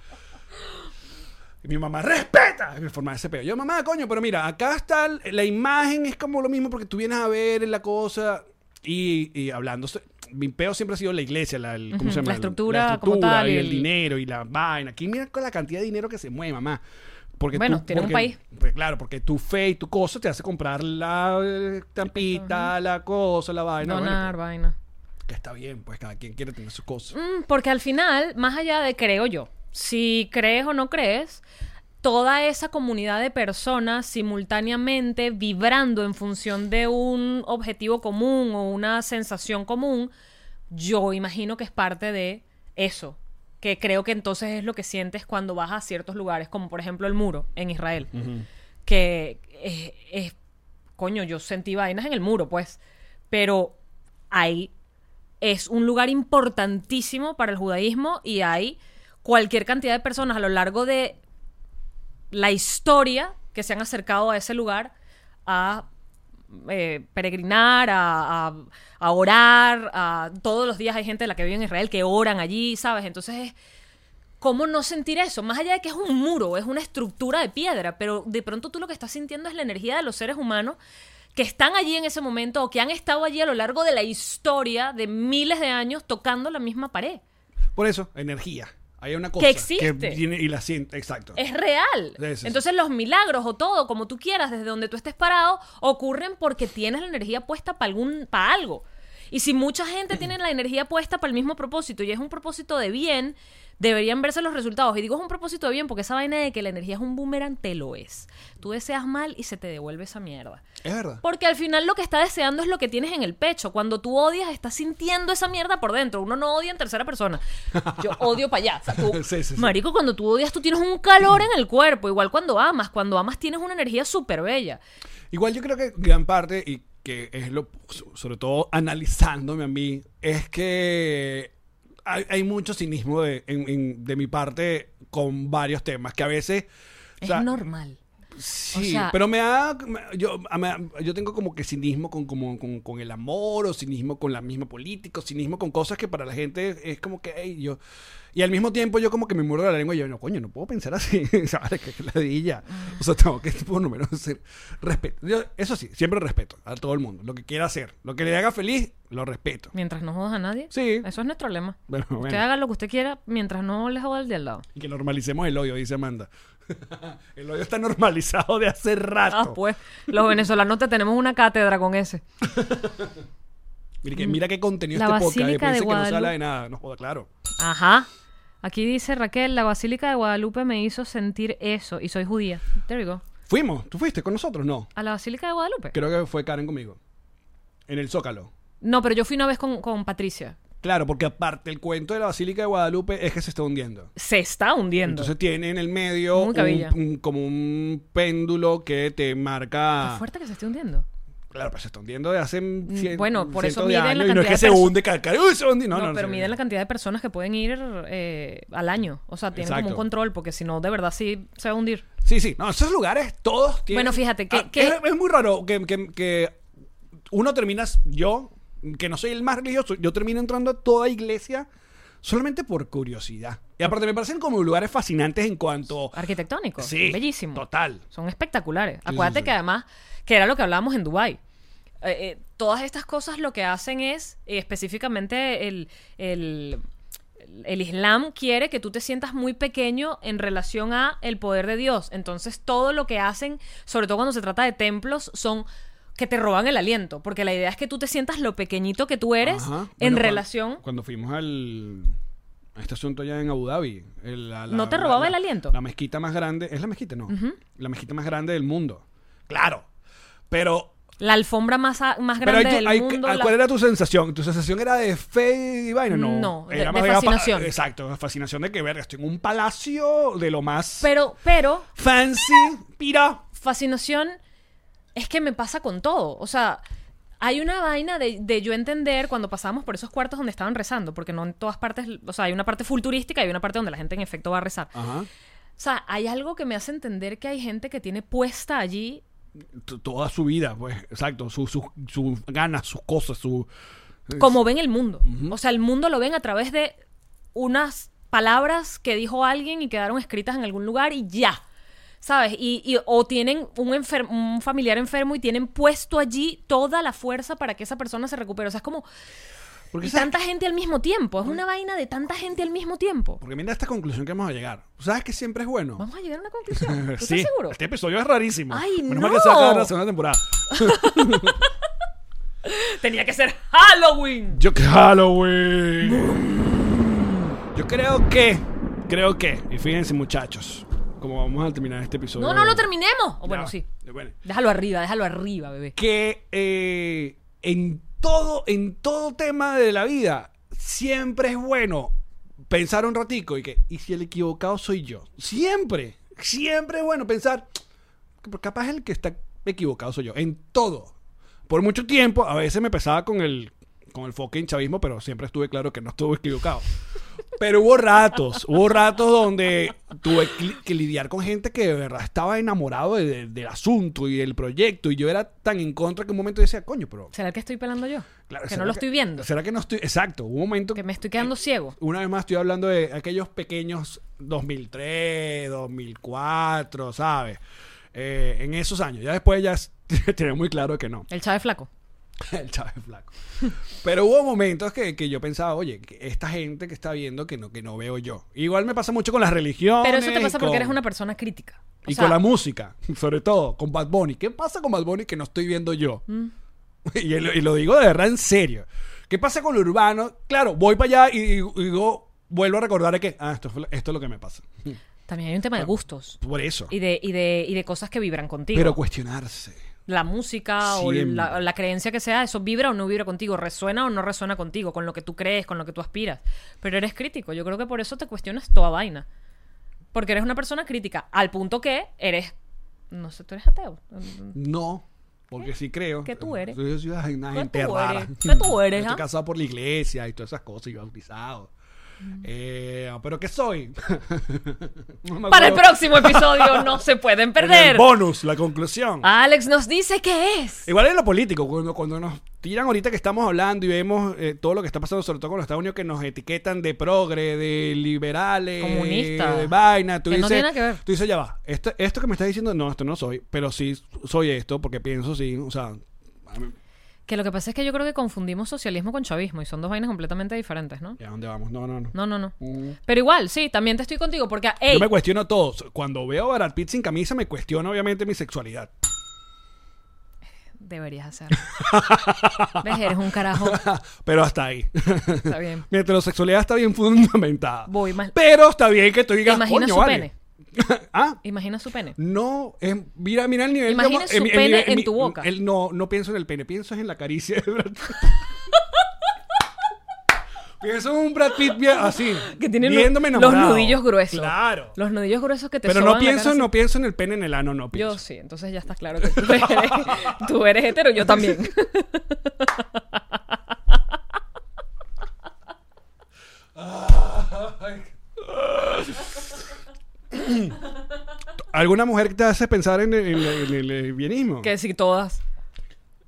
Speaker 1: Y mi mamá, respeta. Y me formaba ese pedo. Yo, mamá, coño, pero mira, acá está el- la imagen, es como lo mismo porque tú vienes a ver la cosa. Y, y hablando, se- mi peo siempre ha sido la iglesia, la, el- ¿cómo se llama?
Speaker 3: Ujú, la
Speaker 1: El-
Speaker 3: estructura como
Speaker 1: estructura
Speaker 3: tal,
Speaker 1: y
Speaker 3: y
Speaker 1: el
Speaker 3: el-
Speaker 1: dinero y la vaina. Aquí mira con la cantidad de dinero que se mueve, mamá. Porque
Speaker 3: Bueno,
Speaker 1: tú-
Speaker 3: tiene un
Speaker 1: porque-
Speaker 3: país.
Speaker 1: pues claro, porque tu fe y tu cosa te hace comprar la eh, tampita, la cosa, la vaina. bueno,
Speaker 3: Donar, vaina.
Speaker 1: que está bien, pues cada quien quiere tener sus cosas.
Speaker 3: Mm, porque al final, más allá de creo yo, si crees o no crees, toda esa comunidad de personas simultáneamente vibrando en función de un objetivo común o una sensación común, yo imagino que es parte de eso. Que creo que entonces es lo que sientes cuando vas a ciertos lugares, como por ejemplo el muro en Israel. Que es- es coño, yo sentí vainas en el muro, pues. Pero ahí es un lugar importantísimo para el judaísmo y hay cualquier cantidad de personas a lo largo de la historia que se han acercado a ese lugar a eh, peregrinar, a, a- a orar, a, todos los días hay gente de la que vive en Israel que oran allí, ¿sabes? Entonces es ¿Cómo no sentir eso? Más allá de que es un muro, es una estructura de piedra, pero de pronto tú lo que estás sintiendo es la energía de los seres humanos que están allí en ese momento o que han estado allí a lo largo de la historia de miles de años tocando la misma pared.
Speaker 1: Por eso, energía. Hay una cosa
Speaker 3: existe.
Speaker 1: viene y la siente. Exacto.
Speaker 3: Es real.
Speaker 1: Sí, sí, sí.
Speaker 3: Entonces los milagros o todo, como tú quieras, desde donde tú estés parado, ocurren porque tienes la energía puesta para algún para algo. Y si mucha gente tiene la energía puesta para el mismo propósito y es un propósito de bien, deberían verse los resultados. Y digo es un propósito de bien porque esa vaina de que la energía es un boomerang te lo es. Tú deseas mal y se te devuelve esa mierda.
Speaker 1: Es verdad.
Speaker 3: Porque al final lo que está deseando es lo que tienes en el pecho. Cuando tú odias, estás sintiendo esa mierda por dentro. Uno no odia en tercera persona. Yo odio para allá. O sea, tú-
Speaker 1: Sí, sí, sí.
Speaker 3: Marico, cuando tú odias, tú tienes un calor en el cuerpo. Igual cuando amas. Cuando amas, tienes una energía súper bella.
Speaker 1: Igual yo creo que gran parte, y que es lo, so- sobre todo analizándome a mí, es que hay, hay mucho cinismo de, en- en- de mi parte con varios temas, que a veces... o
Speaker 3: Es
Speaker 1: sea,
Speaker 3: normal.
Speaker 1: Sí,
Speaker 3: sea-
Speaker 1: pero me da... me- Yo, a- me- yo tengo como que cinismo con, como, con, con el amor, o cinismo con la misma política, o cinismo con cosas que para la gente es como que... "Ey, yo, y al mismo tiempo yo como que me muerdo la lengua y yo, no, coño, no puedo pensar así, ¿sabes? Que ladilla. O sea, tengo que por lo menos ser... Respeto. Yo, eso sí, siempre respeto a todo el mundo. Lo que quiera hacer, lo que le haga feliz, lo respeto.
Speaker 3: Mientras no jodas a nadie.
Speaker 1: Sí.
Speaker 3: Eso es nuestro lema.
Speaker 1: Bueno,
Speaker 3: Usted
Speaker 1: bueno.
Speaker 3: haga lo que usted quiera mientras no le joda al de al lado.
Speaker 1: Y que normalicemos el odio, dice Amanda. el odio está normalizado de hace rato.
Speaker 3: Ah, pues. Los venezolanos te tenemos una cátedra con ese.
Speaker 1: Mira que, mira qué contenido
Speaker 3: La
Speaker 1: este podcast. Después
Speaker 3: Basílica de
Speaker 1: dice que no se habla
Speaker 3: Guadalupe.
Speaker 1: de nada. No joda, claro.
Speaker 3: Ajá. Aquí dice Raquel, la Basílica de Guadalupe me hizo sentir eso y soy judía. There we go.
Speaker 1: Fuimos. ¿Tú fuiste con nosotros? No.
Speaker 3: ¿A la Basílica de Guadalupe?
Speaker 1: Creo que fue Karen conmigo. En el Zócalo.
Speaker 3: No, pero yo fui una vez con, con Patricia.
Speaker 1: Claro, porque aparte el cuento de la Basílica de Guadalupe es que se está hundiendo.
Speaker 3: Se está hundiendo.
Speaker 1: Entonces tiene en el medio
Speaker 3: Muy
Speaker 1: un-
Speaker 3: cabilla.
Speaker 1: un- como un péndulo que te marca... ah.
Speaker 3: Qué fuerte que se esté hundiendo.
Speaker 1: Claro, pero se está hundiendo de hace cien-
Speaker 3: Mm, Bueno, por
Speaker 1: cientos
Speaker 3: eso
Speaker 1: de
Speaker 3: miden
Speaker 1: años,
Speaker 3: la
Speaker 1: y no es
Speaker 3: cantidad
Speaker 1: que
Speaker 3: de
Speaker 1: se
Speaker 3: perso-
Speaker 1: hunde Caracas. ¡Uy, se hundió! No,
Speaker 3: No,
Speaker 1: no, no,
Speaker 3: pero
Speaker 1: se-
Speaker 3: miden la cantidad de personas que pueden ir eh, al año. O sea, tienen como
Speaker 1: Exacto.
Speaker 3: un control, porque si no, de verdad sí se va a hundir.
Speaker 1: Sí, sí. No, esos lugares todos tienen.
Speaker 3: Bueno, fíjate, que-
Speaker 1: Ah,
Speaker 3: que-
Speaker 1: Es, es muy raro que, que- que uno termina. Yo, que no soy el más religioso, yo termino entrando a toda iglesia solamente por curiosidad. Y aparte, me parecen como lugares fascinantes en cuanto.
Speaker 3: Arquitectónico.
Speaker 1: Sí,
Speaker 3: Bellísimo.
Speaker 1: total.
Speaker 3: Son espectaculares.
Speaker 1: sí,
Speaker 3: Acuérdate
Speaker 1: sí.
Speaker 3: que además, que era lo que hablábamos en Dubái. eh, eh, todas estas cosas lo que hacen es, eh, específicamente el, el, el Islam quiere que tú te sientas muy pequeño en relación a el poder de Dios. Entonces todo lo que hacen, sobre todo cuando se trata de templos, son que te roban el aliento, porque la idea es que tú te sientas lo pequeñito que tú eres
Speaker 1: Ajá. Bueno,
Speaker 3: en
Speaker 1: cuan-
Speaker 3: relación...
Speaker 1: Cuando, fuimos al. A este asunto allá en Abu Dhabi. el- la- la-
Speaker 3: ¿No te
Speaker 1: la-
Speaker 3: robaba
Speaker 1: la-
Speaker 3: el aliento?
Speaker 1: La mezquita más grande. ¿Es la mezquita? No. La mezquita más grande del mundo. Claro. Pero
Speaker 3: La alfombra más, a- más grande
Speaker 1: hay tu-
Speaker 3: del
Speaker 1: hay- ah,
Speaker 3: mundo.
Speaker 1: ¿Cuál
Speaker 3: la-
Speaker 1: era tu sensación? ¿Tu sensación era de fe y vaina? No,
Speaker 3: No, de-
Speaker 1: era
Speaker 3: de
Speaker 1: bien apa-
Speaker 3: fascinación.
Speaker 1: exacto, la fascinación de que, verga, estoy en un palacio de lo más
Speaker 3: Pero, pero,
Speaker 1: fancy, pira.
Speaker 3: fascinación es que me pasa con todo. O sea, hay una vaina de, de yo entender cuando pasamos por esos cuartos donde estaban rezando, porque no en todas partes, o sea, hay una parte full turística y hay una parte donde la gente en efecto va a rezar.
Speaker 1: Ajá.
Speaker 3: O sea, hay algo que me hace entender que hay gente que tiene puesta allí.
Speaker 1: T- Toda su vida, pues, exacto, sus su, sus ganas, sus cosas, su...
Speaker 3: como ven el mundo. O sea, el mundo lo ven a través de unas palabras que dijo alguien y quedaron escritas en algún lugar y ya. ¿Sabes? Y, y- o tienen un, enfer- un familiar enfermo y tienen puesto allí toda la fuerza para que esa persona se recupere. O sea, es como
Speaker 1: Porque,
Speaker 3: y
Speaker 1: ¿sabes?
Speaker 3: tanta gente al mismo tiempo. Es una vaina de tanta gente al mismo tiempo.
Speaker 1: Porque mira esta conclusión que vamos a llegar. ¿Sabes que siempre es bueno?
Speaker 3: Vamos a llegar a una conclusión. ¿Tú
Speaker 1: sí,
Speaker 3: estás seguro?
Speaker 1: este episodio es rarísimo.
Speaker 3: Ay,
Speaker 1: Menos
Speaker 3: no.
Speaker 1: mal que se va a acabar la segunda temporada.
Speaker 3: Tenía que ser Halloween.
Speaker 1: Yo creo Halloween.
Speaker 3: Mm.
Speaker 1: Yo creo que, creo que, y fíjense muchachos, como vamos a terminar este episodio.
Speaker 3: No, no lo terminemos. O bueno,
Speaker 1: Ya,
Speaker 3: sí.
Speaker 1: bueno,
Speaker 3: Déjalo arriba, déjalo arriba, bebé.
Speaker 1: que eh, en todo, en todo tema de la vida siempre es bueno pensar un ratico y que, ¿y si el equivocado soy yo? Siempre, siempre es bueno pensar, pero capaz el que está equivocado soy yo, en todo. Por mucho tiempo, a veces me pesaba con el, con el fucking chavismo, pero siempre estuve claro que no estuve equivocado. Pero hubo ratos, hubo ratos donde tuve que, li- que lidiar con gente que de verdad estaba enamorado de- de- del asunto y del proyecto. Y yo era tan en contra que un momento decía, coño, pero.
Speaker 3: ¿Será el que estoy pelando yo?
Speaker 1: claro,
Speaker 3: que
Speaker 1: ¿será
Speaker 3: no lo estoy viendo.
Speaker 1: ¿Será que no estoy.? Exacto, hubo un momento.
Speaker 3: Que me estoy quedando ciego.
Speaker 1: Una vez más estoy hablando de aquellos pequeños 2003, 2004, ¿sabes? Eh, en esos años. Ya después ya es- tenía muy claro que no.
Speaker 3: El Chávez flaco.
Speaker 1: El Chávez flaco. Pero hubo momentos que, que yo pensaba, oye, que esta gente que está viendo que no, que no veo yo. Igual me pasa mucho con las religiones.
Speaker 3: Pero eso te
Speaker 1: y
Speaker 3: pasa porque
Speaker 1: con-
Speaker 3: eres una persona crítica. O
Speaker 1: Y
Speaker 3: sea,
Speaker 1: con la música, sobre todo, con Bad Bunny. ¿Qué pasa con Bad Bunny que no estoy viendo yo?
Speaker 3: Mm.
Speaker 1: Y, lo- y lo digo de verdad en serio. ¿Qué pasa con lo urbano? Claro, voy para allá y, y- y digo, vuelvo a recordar que, ah, esto, fue lo- esto es lo que me pasa.
Speaker 3: también hay un
Speaker 1: Ah.
Speaker 3: tema de gustos
Speaker 1: Por eso.
Speaker 3: y de, y de, y de cosas que vibran contigo.
Speaker 1: Pero cuestionarse.
Speaker 3: la música o
Speaker 1: Siempre.
Speaker 3: la, la creencia que sea, eso vibra o no vibra contigo, resuena o no resuena contigo, con lo que tú crees, con lo que tú aspiras. Pero eres crítico. Yo creo que por eso te cuestionas toda vaina. Porque eres una persona crítica, al punto que eres. No sé, tú eres ateo.
Speaker 1: No, porque sí creo.
Speaker 3: ¿Qué tú eres?
Speaker 1: Yo soy una
Speaker 3: ¿Qué
Speaker 1: gente
Speaker 3: tú
Speaker 1: rara.
Speaker 3: eres? ¿Qué tú eres,
Speaker 1: Yo
Speaker 3: ah?
Speaker 1: Estoy casado por la iglesia y todas esas cosas y bautizado.
Speaker 3: Mm.
Speaker 1: Eh, ¿Pero qué soy? No me
Speaker 3: Para el
Speaker 1: acuerdo.
Speaker 3: próximo episodio no se pueden
Speaker 1: En el
Speaker 3: perder. Ah.
Speaker 1: bonus, la conclusión.
Speaker 3: Alex nos dice que es.
Speaker 1: Igual en lo político, cuando, cuando nos tiran ahorita que estamos hablando y vemos eh, todo lo que está pasando, sobre todo con los Estados Unidos, que nos etiquetan de progre, de liberales,
Speaker 3: Comunista.
Speaker 1: de vaina. Tú
Speaker 3: Que no
Speaker 1: dices,
Speaker 3: tiene nada que ver.
Speaker 1: Tú dices, ya va, esto, esto que me estás diciendo, no, esto no soy, pero sí soy esto, porque pienso, sí, o sea,
Speaker 3: Que lo que pasa es que yo creo que confundimos socialismo con chavismo y son dos vainas completamente diferentes, ¿no?
Speaker 1: ¿a dónde vamos? No, no, no.
Speaker 3: No, no, no.
Speaker 1: Mm.
Speaker 3: Pero igual, sí, también te estoy contigo porque, ey,
Speaker 1: Yo me cuestiono todo. Cuando veo a Brad Pitt sin camisa, me cuestiono obviamente mi sexualidad.
Speaker 3: deberías hacerlo. Ves, eres un carajo.
Speaker 1: Pero hasta ahí.
Speaker 3: Está bien.
Speaker 1: Mi heterosexualidad está bien fundamentada.
Speaker 3: Voy más-
Speaker 1: Pero está bien que tú
Speaker 3: ¿Te
Speaker 1: digas,
Speaker 3: imaginas
Speaker 1: coño,
Speaker 3: su
Speaker 1: vale.
Speaker 3: pene?
Speaker 1: ah,
Speaker 3: Imagina su pene.
Speaker 1: no. es- mira, mira el nivel. de
Speaker 3: Imagina
Speaker 1: amor-
Speaker 3: su
Speaker 1: mi-
Speaker 3: pene
Speaker 1: nivel-
Speaker 3: en
Speaker 1: mi-
Speaker 3: tu boca.
Speaker 1: el- no, no pienso en el pene, pienso en la caricia de Brad Pitt. Pienso en un Brad Pitt bien- así.
Speaker 3: Que tiene lo-
Speaker 1: viéndome
Speaker 3: los
Speaker 1: enamorado.
Speaker 3: nudillos gruesos.
Speaker 1: Claro.
Speaker 3: Los nudillos gruesos que te
Speaker 1: Pero
Speaker 3: soban
Speaker 1: no
Speaker 3: la
Speaker 1: pienso,
Speaker 3: cara así.
Speaker 1: no pienso en el pene en el ano, no pienso.
Speaker 3: Yo sí, entonces ya está claro que tú eres, tú eres hetero, yo también.
Speaker 1: ¿Alguna mujer que te hace pensar en el, en el- en el lesbianismo?
Speaker 3: Que sí, todas.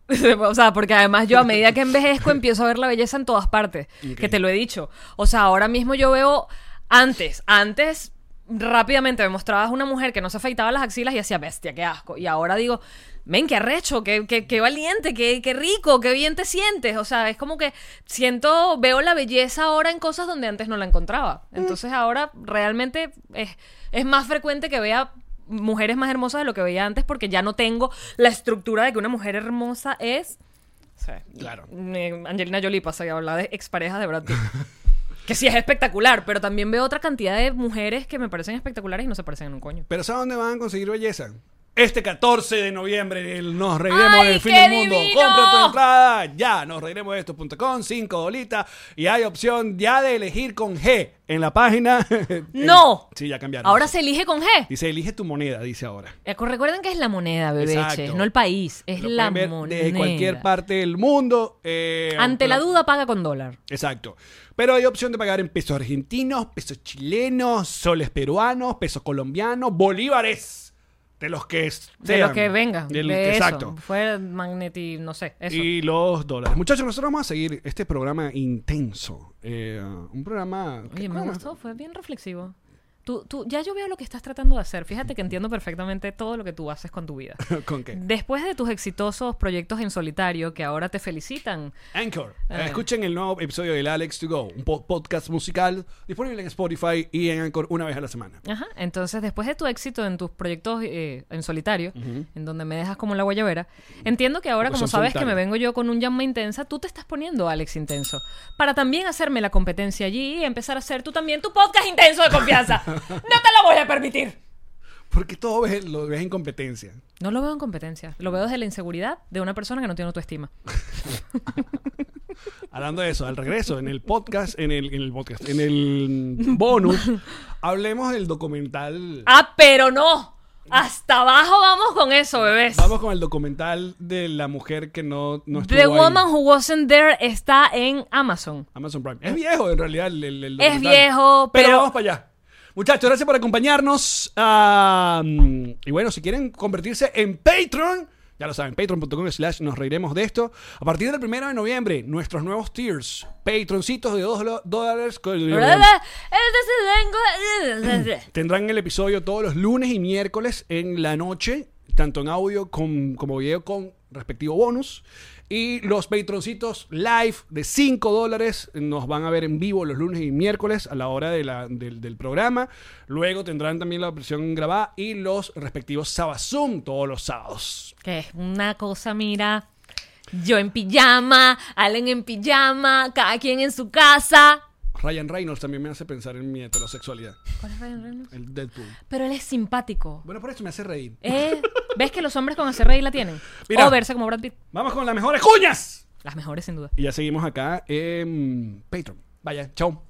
Speaker 3: o sea, porque además yo a medida que envejezco empiezo a ver la belleza en todas partes. Que te lo he dicho. O sea, ahora mismo yo veo antes, antes rápidamente me mostrabas una mujer que no se afeitaba las axilas y hacía bestia, qué asco. Y ahora digo, men, qué arrecho, qué, qué, qué valiente, qué, qué rico, qué bien te sientes. O sea, es como que siento, veo la belleza ahora en cosas donde antes no la encontraba. Entonces ahora realmente es, es más frecuente que vea mujeres más hermosas de lo que veía antes porque ya no tengo la estructura de que una mujer hermosa es. o sea,
Speaker 1: Claro.
Speaker 3: eh, Angelina Jolie pasa que habla de exparejas de Brad Pitt. que sí es espectacular, pero también veo otra cantidad de mujeres que me parecen espectaculares y no se parecen en un coño.
Speaker 1: Pero ¿sabes dónde van a conseguir belleza? Este 14 de noviembre el nos reiremos
Speaker 3: ¡Ay,
Speaker 1: en el fin
Speaker 3: qué
Speaker 1: del mundo.
Speaker 3: divino!
Speaker 1: Compra tu entrada ya. Nos reiremos de esto.com, 5 dolitas. Y hay opción ya de elegir con G en la página.
Speaker 3: ¡No!
Speaker 1: sí, ya cambiaron.
Speaker 3: Ahora se elige con G.
Speaker 1: Dice, elige tu moneda, dice ahora.
Speaker 3: Eh, cu- Recuerden que es la moneda, bebeches,
Speaker 1: Exacto.
Speaker 3: no el país, es
Speaker 1: Lo
Speaker 3: la
Speaker 1: pueden ver
Speaker 3: moneda.
Speaker 1: Desde cualquier parte del mundo. eh,
Speaker 3: Ante la
Speaker 1: lo-
Speaker 3: duda paga con dólar.
Speaker 1: Exacto. Pero hay opción de pagar en pesos argentinos, pesos chilenos, soles peruanos, pesos colombianos, bolívares. De los que
Speaker 3: De
Speaker 1: sean.
Speaker 3: lo que venga.
Speaker 1: Del-
Speaker 3: de eso.
Speaker 1: Exacto.
Speaker 3: Fue magneti, no sé, eso.
Speaker 1: Y los dólares. Muchachos, nosotros vamos a seguir este programa intenso. Eh, un programa. ¿qué
Speaker 3: Oye, me
Speaker 1: programa?
Speaker 3: gustó, fue bien reflexivo. Tú, tú, ya yo veo lo que estás tratando de hacer. Fíjate que entiendo perfectamente todo lo que tú haces con tu vida.
Speaker 1: ¿Con qué?
Speaker 3: Después de tus exitosos proyectos en solitario, que ahora te felicitan,
Speaker 1: Anchor. Eh,
Speaker 3: Ah.
Speaker 1: Escuchen el nuevo episodio del Alex to Go, un po- podcast musical disponible en Spotify y en Anchor una vez a la semana.
Speaker 3: Ajá. Entonces, después de tu éxito en tus proyectos eh, en solitario, en donde me dejas como la guayabera, entiendo que ahora,
Speaker 1: Porque
Speaker 3: como
Speaker 1: son
Speaker 3: sabes que
Speaker 1: solitarios.
Speaker 3: me vengo yo con un llama intensa, tú te estás poniendo Alex intenso. Para también hacerme la competencia allí y empezar a hacer tú también tu podcast intenso de confianza. ¡No te lo voy a permitir!
Speaker 1: Porque todo ves- lo ves en competencia.
Speaker 3: No lo veo en competencia. Lo veo desde la inseguridad de una persona que no tiene autoestima.
Speaker 1: Hablando de eso, al regreso, en el podcast, en el, en el podcast, en el bonus, hablemos del documental.
Speaker 3: ¡Ah, pero no! ¡Hasta abajo vamos con eso, bebés!
Speaker 1: Vamos con el documental de la mujer que no, no estuvo
Speaker 3: The
Speaker 1: ahí.
Speaker 3: Woman Who Wasn't There está en Amazon.
Speaker 1: Amazon Prime. Es viejo, en realidad, el, el- el
Speaker 3: Es
Speaker 1: documental.
Speaker 3: viejo, pero-
Speaker 1: vamos para allá. Muchachos, gracias por acompañarnos. Ah, mm, y bueno, si quieren convertirse en Patreon, ya lo saben, patreon.com slash nos reiremos de esto. A partir del primero de noviembre, nuestros nuevos tiers, patroncitos de 2 dólares. Tendrán el episodio todos los lunes y miércoles en la noche, tanto en audio con- como video con respectivo bonus. Y los patroncitos live de 5 dólares nos van a ver en vivo los lunes y miércoles a la hora de la- del, del programa. Luego tendrán también la versión grabada y los respectivos Sabazum todos los sábados.
Speaker 3: Que es una cosa, mira. Yo en pijama, Allen en pijama, cada quien en su casa.
Speaker 1: Ryan Reynolds también me hace pensar en mi heterosexualidad. El Deadpool.
Speaker 3: Pero él es simpático.
Speaker 1: Bueno, por eso me hace reír.
Speaker 3: Eh, ¿Ves que los hombres con hacer reír la tienen?
Speaker 1: Mira.
Speaker 3: O verse como Brad Pitt.
Speaker 1: ¡Vamos con las mejores cuñas!
Speaker 3: Las mejores, sin duda.
Speaker 1: Y ya seguimos acá en Patreon. Vaya, chao.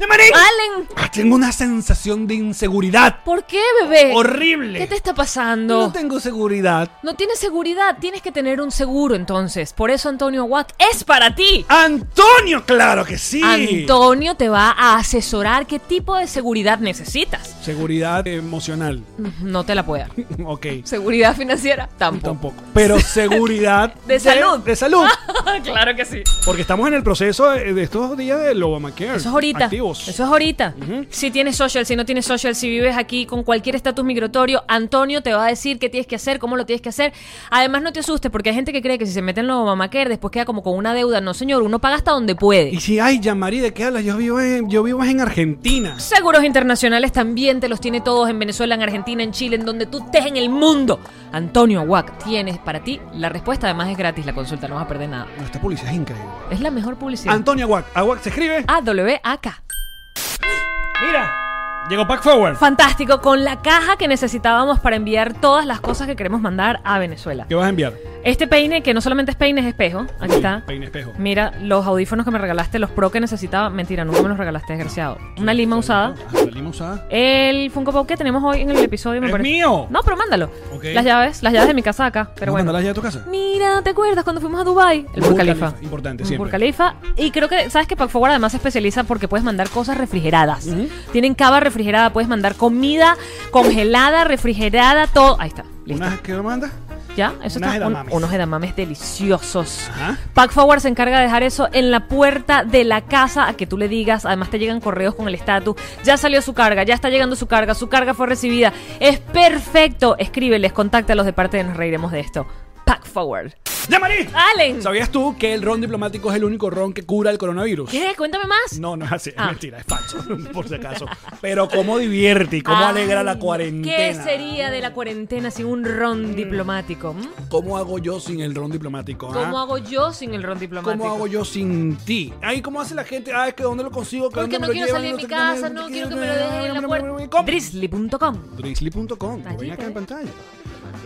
Speaker 3: Allen,
Speaker 1: Ah, Tengo una sensación de inseguridad
Speaker 3: ¿por qué, bebé?
Speaker 1: horrible.
Speaker 3: ¿Qué te está pasando?
Speaker 1: No tengo seguridad.
Speaker 3: No tienes seguridad, tienes que tener un seguro entonces. Por eso Antonio Wack es para ti.
Speaker 1: Antonio, claro que sí.
Speaker 3: Antonio te va a asesorar qué tipo de seguridad necesitas.
Speaker 1: seguridad emocional.
Speaker 3: No te la puedo dar.
Speaker 1: ok.
Speaker 3: Seguridad financiera tampoco.
Speaker 1: Tampoco. Pero seguridad
Speaker 3: De salud.
Speaker 1: De salud.
Speaker 3: claro que sí.
Speaker 1: Porque estamos en el proceso de de estos días del Obamacare.
Speaker 3: Eso es ahorita.
Speaker 1: Activos.
Speaker 3: Eso es ahorita. Si tienes social, si no tienes social, si vives aquí con cualquier estatus migratorio, Antonio te va a decir qué tienes que hacer, cómo lo tienes que hacer. Además, no te asustes, porque hay gente que cree que si se mete en los Obamacare, después queda como con una deuda. No, señor, uno paga hasta donde puede.
Speaker 1: Y si, ay, Yamari, ¿de qué hablas? Yo vivo en, yo vivo en Argentina.
Speaker 3: Seguros internacionales también te los tiene todos en Venezuela, en Argentina, en Chile, en donde tú estés en el mundo. Antonio Aguac tiene para ti la respuesta. Además, es gratis la consulta, no vas a perder nada.
Speaker 1: Nuestra publicidad es increíble.
Speaker 3: Es la mejor publicidad.
Speaker 1: Antonio Aguac. Aguac se escribe.
Speaker 3: AWAK.
Speaker 1: Mira, Llegó Pack Forward.
Speaker 3: Fantástico, con la caja que necesitábamos para enviar todas las cosas que queremos mandar a Venezuela.
Speaker 1: ¿Qué vas a enviar?
Speaker 3: Este peine, que no solamente es peine, es espejo. Aquí está. Mm,
Speaker 1: Peine espejo.
Speaker 3: Mira, los audífonos que me regalaste, los pro que necesitaba. Mentira, nunca me los regalaste, desgraciado. Una lima usada.
Speaker 1: Ah, la lima usada.
Speaker 3: El Funko Pop que tenemos hoy en el episodio me
Speaker 1: ¡Es
Speaker 3: parece.
Speaker 1: mío!
Speaker 3: No, pero mándalo.
Speaker 1: Ok.
Speaker 3: Las llaves, las llaves de mi casa acá. Pero
Speaker 1: ¿No
Speaker 3: bueno.
Speaker 1: mandarás ya a tu casa?
Speaker 3: Mira, ¿te acuerdas cuando fuimos a Dubai? El Burj
Speaker 1: Burj
Speaker 3: Khalifa.
Speaker 1: Khalifa, importante,
Speaker 3: Un
Speaker 1: siempre.
Speaker 3: Burj Khalifa. Y creo que, ¿sabes que Pack Forward además se especializa porque puedes mandar cosas refrigeradas. Tienen cava refrigerada, puedes mandar comida congelada, refrigerada, todo. Ahí está. Listo.
Speaker 1: ¿Unas que lo mandas?
Speaker 3: Ya,
Speaker 1: Unas
Speaker 3: eso está. un-
Speaker 1: edamames.
Speaker 3: unos edamames deliciosos.
Speaker 1: Ajá.
Speaker 3: Pack Forward se encarga de dejar eso en la puerta de la casa a que tú le digas. Además, te llegan correos con el estatus. Ya salió su carga, ya está llegando su carga, su carga fue recibida. Es perfecto. Escríbeles, contáctalos de parte de Nos Reiremos de esto. Pack Forward.
Speaker 1: ¡Ya, Marí!
Speaker 3: Allen.
Speaker 1: ¿Sabías tú que el ron diplomático es el único ron que cura el coronavirus?
Speaker 3: ¿Qué? Cuéntame más.
Speaker 1: No, no es así, es
Speaker 3: Ah.
Speaker 1: mentira, es falso, por si acaso. Pero cómo divierte y cómo
Speaker 3: Ay,
Speaker 1: alegra la cuarentena.
Speaker 3: Ah.
Speaker 1: Mm.
Speaker 3: ¿Qué sería de la cuarentena sin un ron diplomático? ¿m?
Speaker 1: ¿Cómo hago yo sin el ron diplomático? ah?
Speaker 3: ¿Cómo hago yo sin el ron diplomático?
Speaker 1: ¿Cómo hago yo sin ti? Ay, ¿cómo hace la gente? Ah, es que ¿dónde lo consigo? ¿Que dónde
Speaker 3: Porque
Speaker 1: me
Speaker 3: no
Speaker 1: lo
Speaker 3: quiero
Speaker 1: llevan?
Speaker 3: salir de mi
Speaker 1: sé qué,
Speaker 3: casa, no quiero que me lo dejen en la puerta.
Speaker 1: ¿Cómo?
Speaker 3: Drizzly.com
Speaker 1: Drizzly.com, lo
Speaker 3: Allí
Speaker 1: ven acá
Speaker 3: te
Speaker 1: en
Speaker 3: ves.
Speaker 1: pantalla.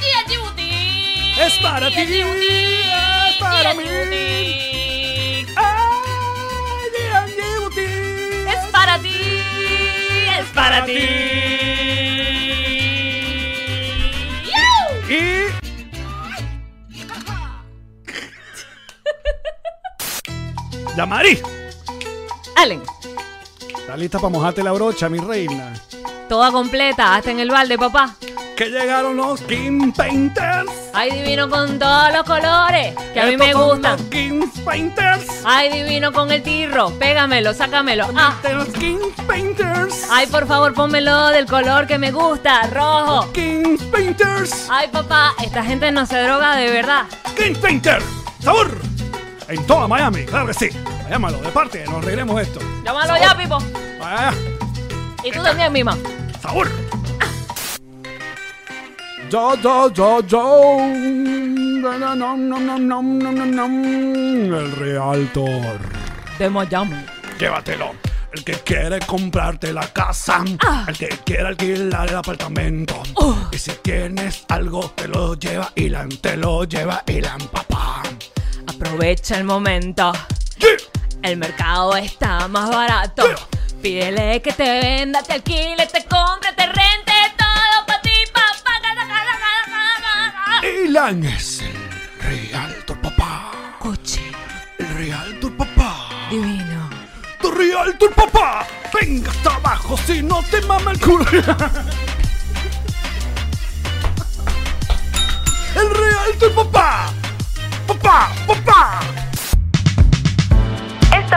Speaker 3: tía Judy!
Speaker 1: Es para
Speaker 3: Tía
Speaker 1: ti,
Speaker 3: Judy,
Speaker 1: es para
Speaker 3: tía
Speaker 1: mí.
Speaker 3: Judy.
Speaker 1: ¡Ay, G&G Boutique!
Speaker 3: Es para ti, es para ti.
Speaker 1: Y. ¡La Mari!
Speaker 3: Allen,
Speaker 1: ¿Estás lista para mojarte la brocha, mi reina?
Speaker 3: toda completa, hasta en el balde, papá.
Speaker 1: Que llegaron los King Painters.
Speaker 3: Ay, divino con todos los colores que a mí
Speaker 1: Estos
Speaker 3: me
Speaker 1: son
Speaker 3: gustan.
Speaker 1: Los King Painters.
Speaker 3: Ay, divino con el tirro. Pégamelo, sácamelo. Ah,
Speaker 1: De los King Painters.
Speaker 3: ay, por favor, pónmelo del color que me gusta, rojo.
Speaker 1: King Painters.
Speaker 3: Ay, papá, esta gente no se droga de verdad.
Speaker 1: King Painter. Sabor. En toda Miami, claro que sí. Llámalo, de parte, nos arreglemos esto.
Speaker 3: Llámalo ya, Pipo.
Speaker 1: Ah,
Speaker 3: Y tú también, Mima.
Speaker 1: sabor. Yo, yo, yo, yo. Na, na, nom, nom, nom, nom, nom, nom, nom. El Realtor.
Speaker 3: De Miami.
Speaker 1: Llévatelo. El que quiere comprarte la casa. El que quiere alquilar el apartamento. Y si tienes algo, te lo lleva Ilan. Te lo lleva Ilan, papá.
Speaker 3: Aprovecha el momento. El mercado está más barato. Pídele que te venda, te alquile, te compre, te rente todo para ti, papá.
Speaker 1: Ilan es el Realtor, papá.
Speaker 3: Coche
Speaker 1: El Realtor, papá.
Speaker 3: divino.
Speaker 1: Tu Realtor, papá. Venga hasta abajo si no te mama el culo. El Realtor, papá. Papá, papá.
Speaker 6: Esta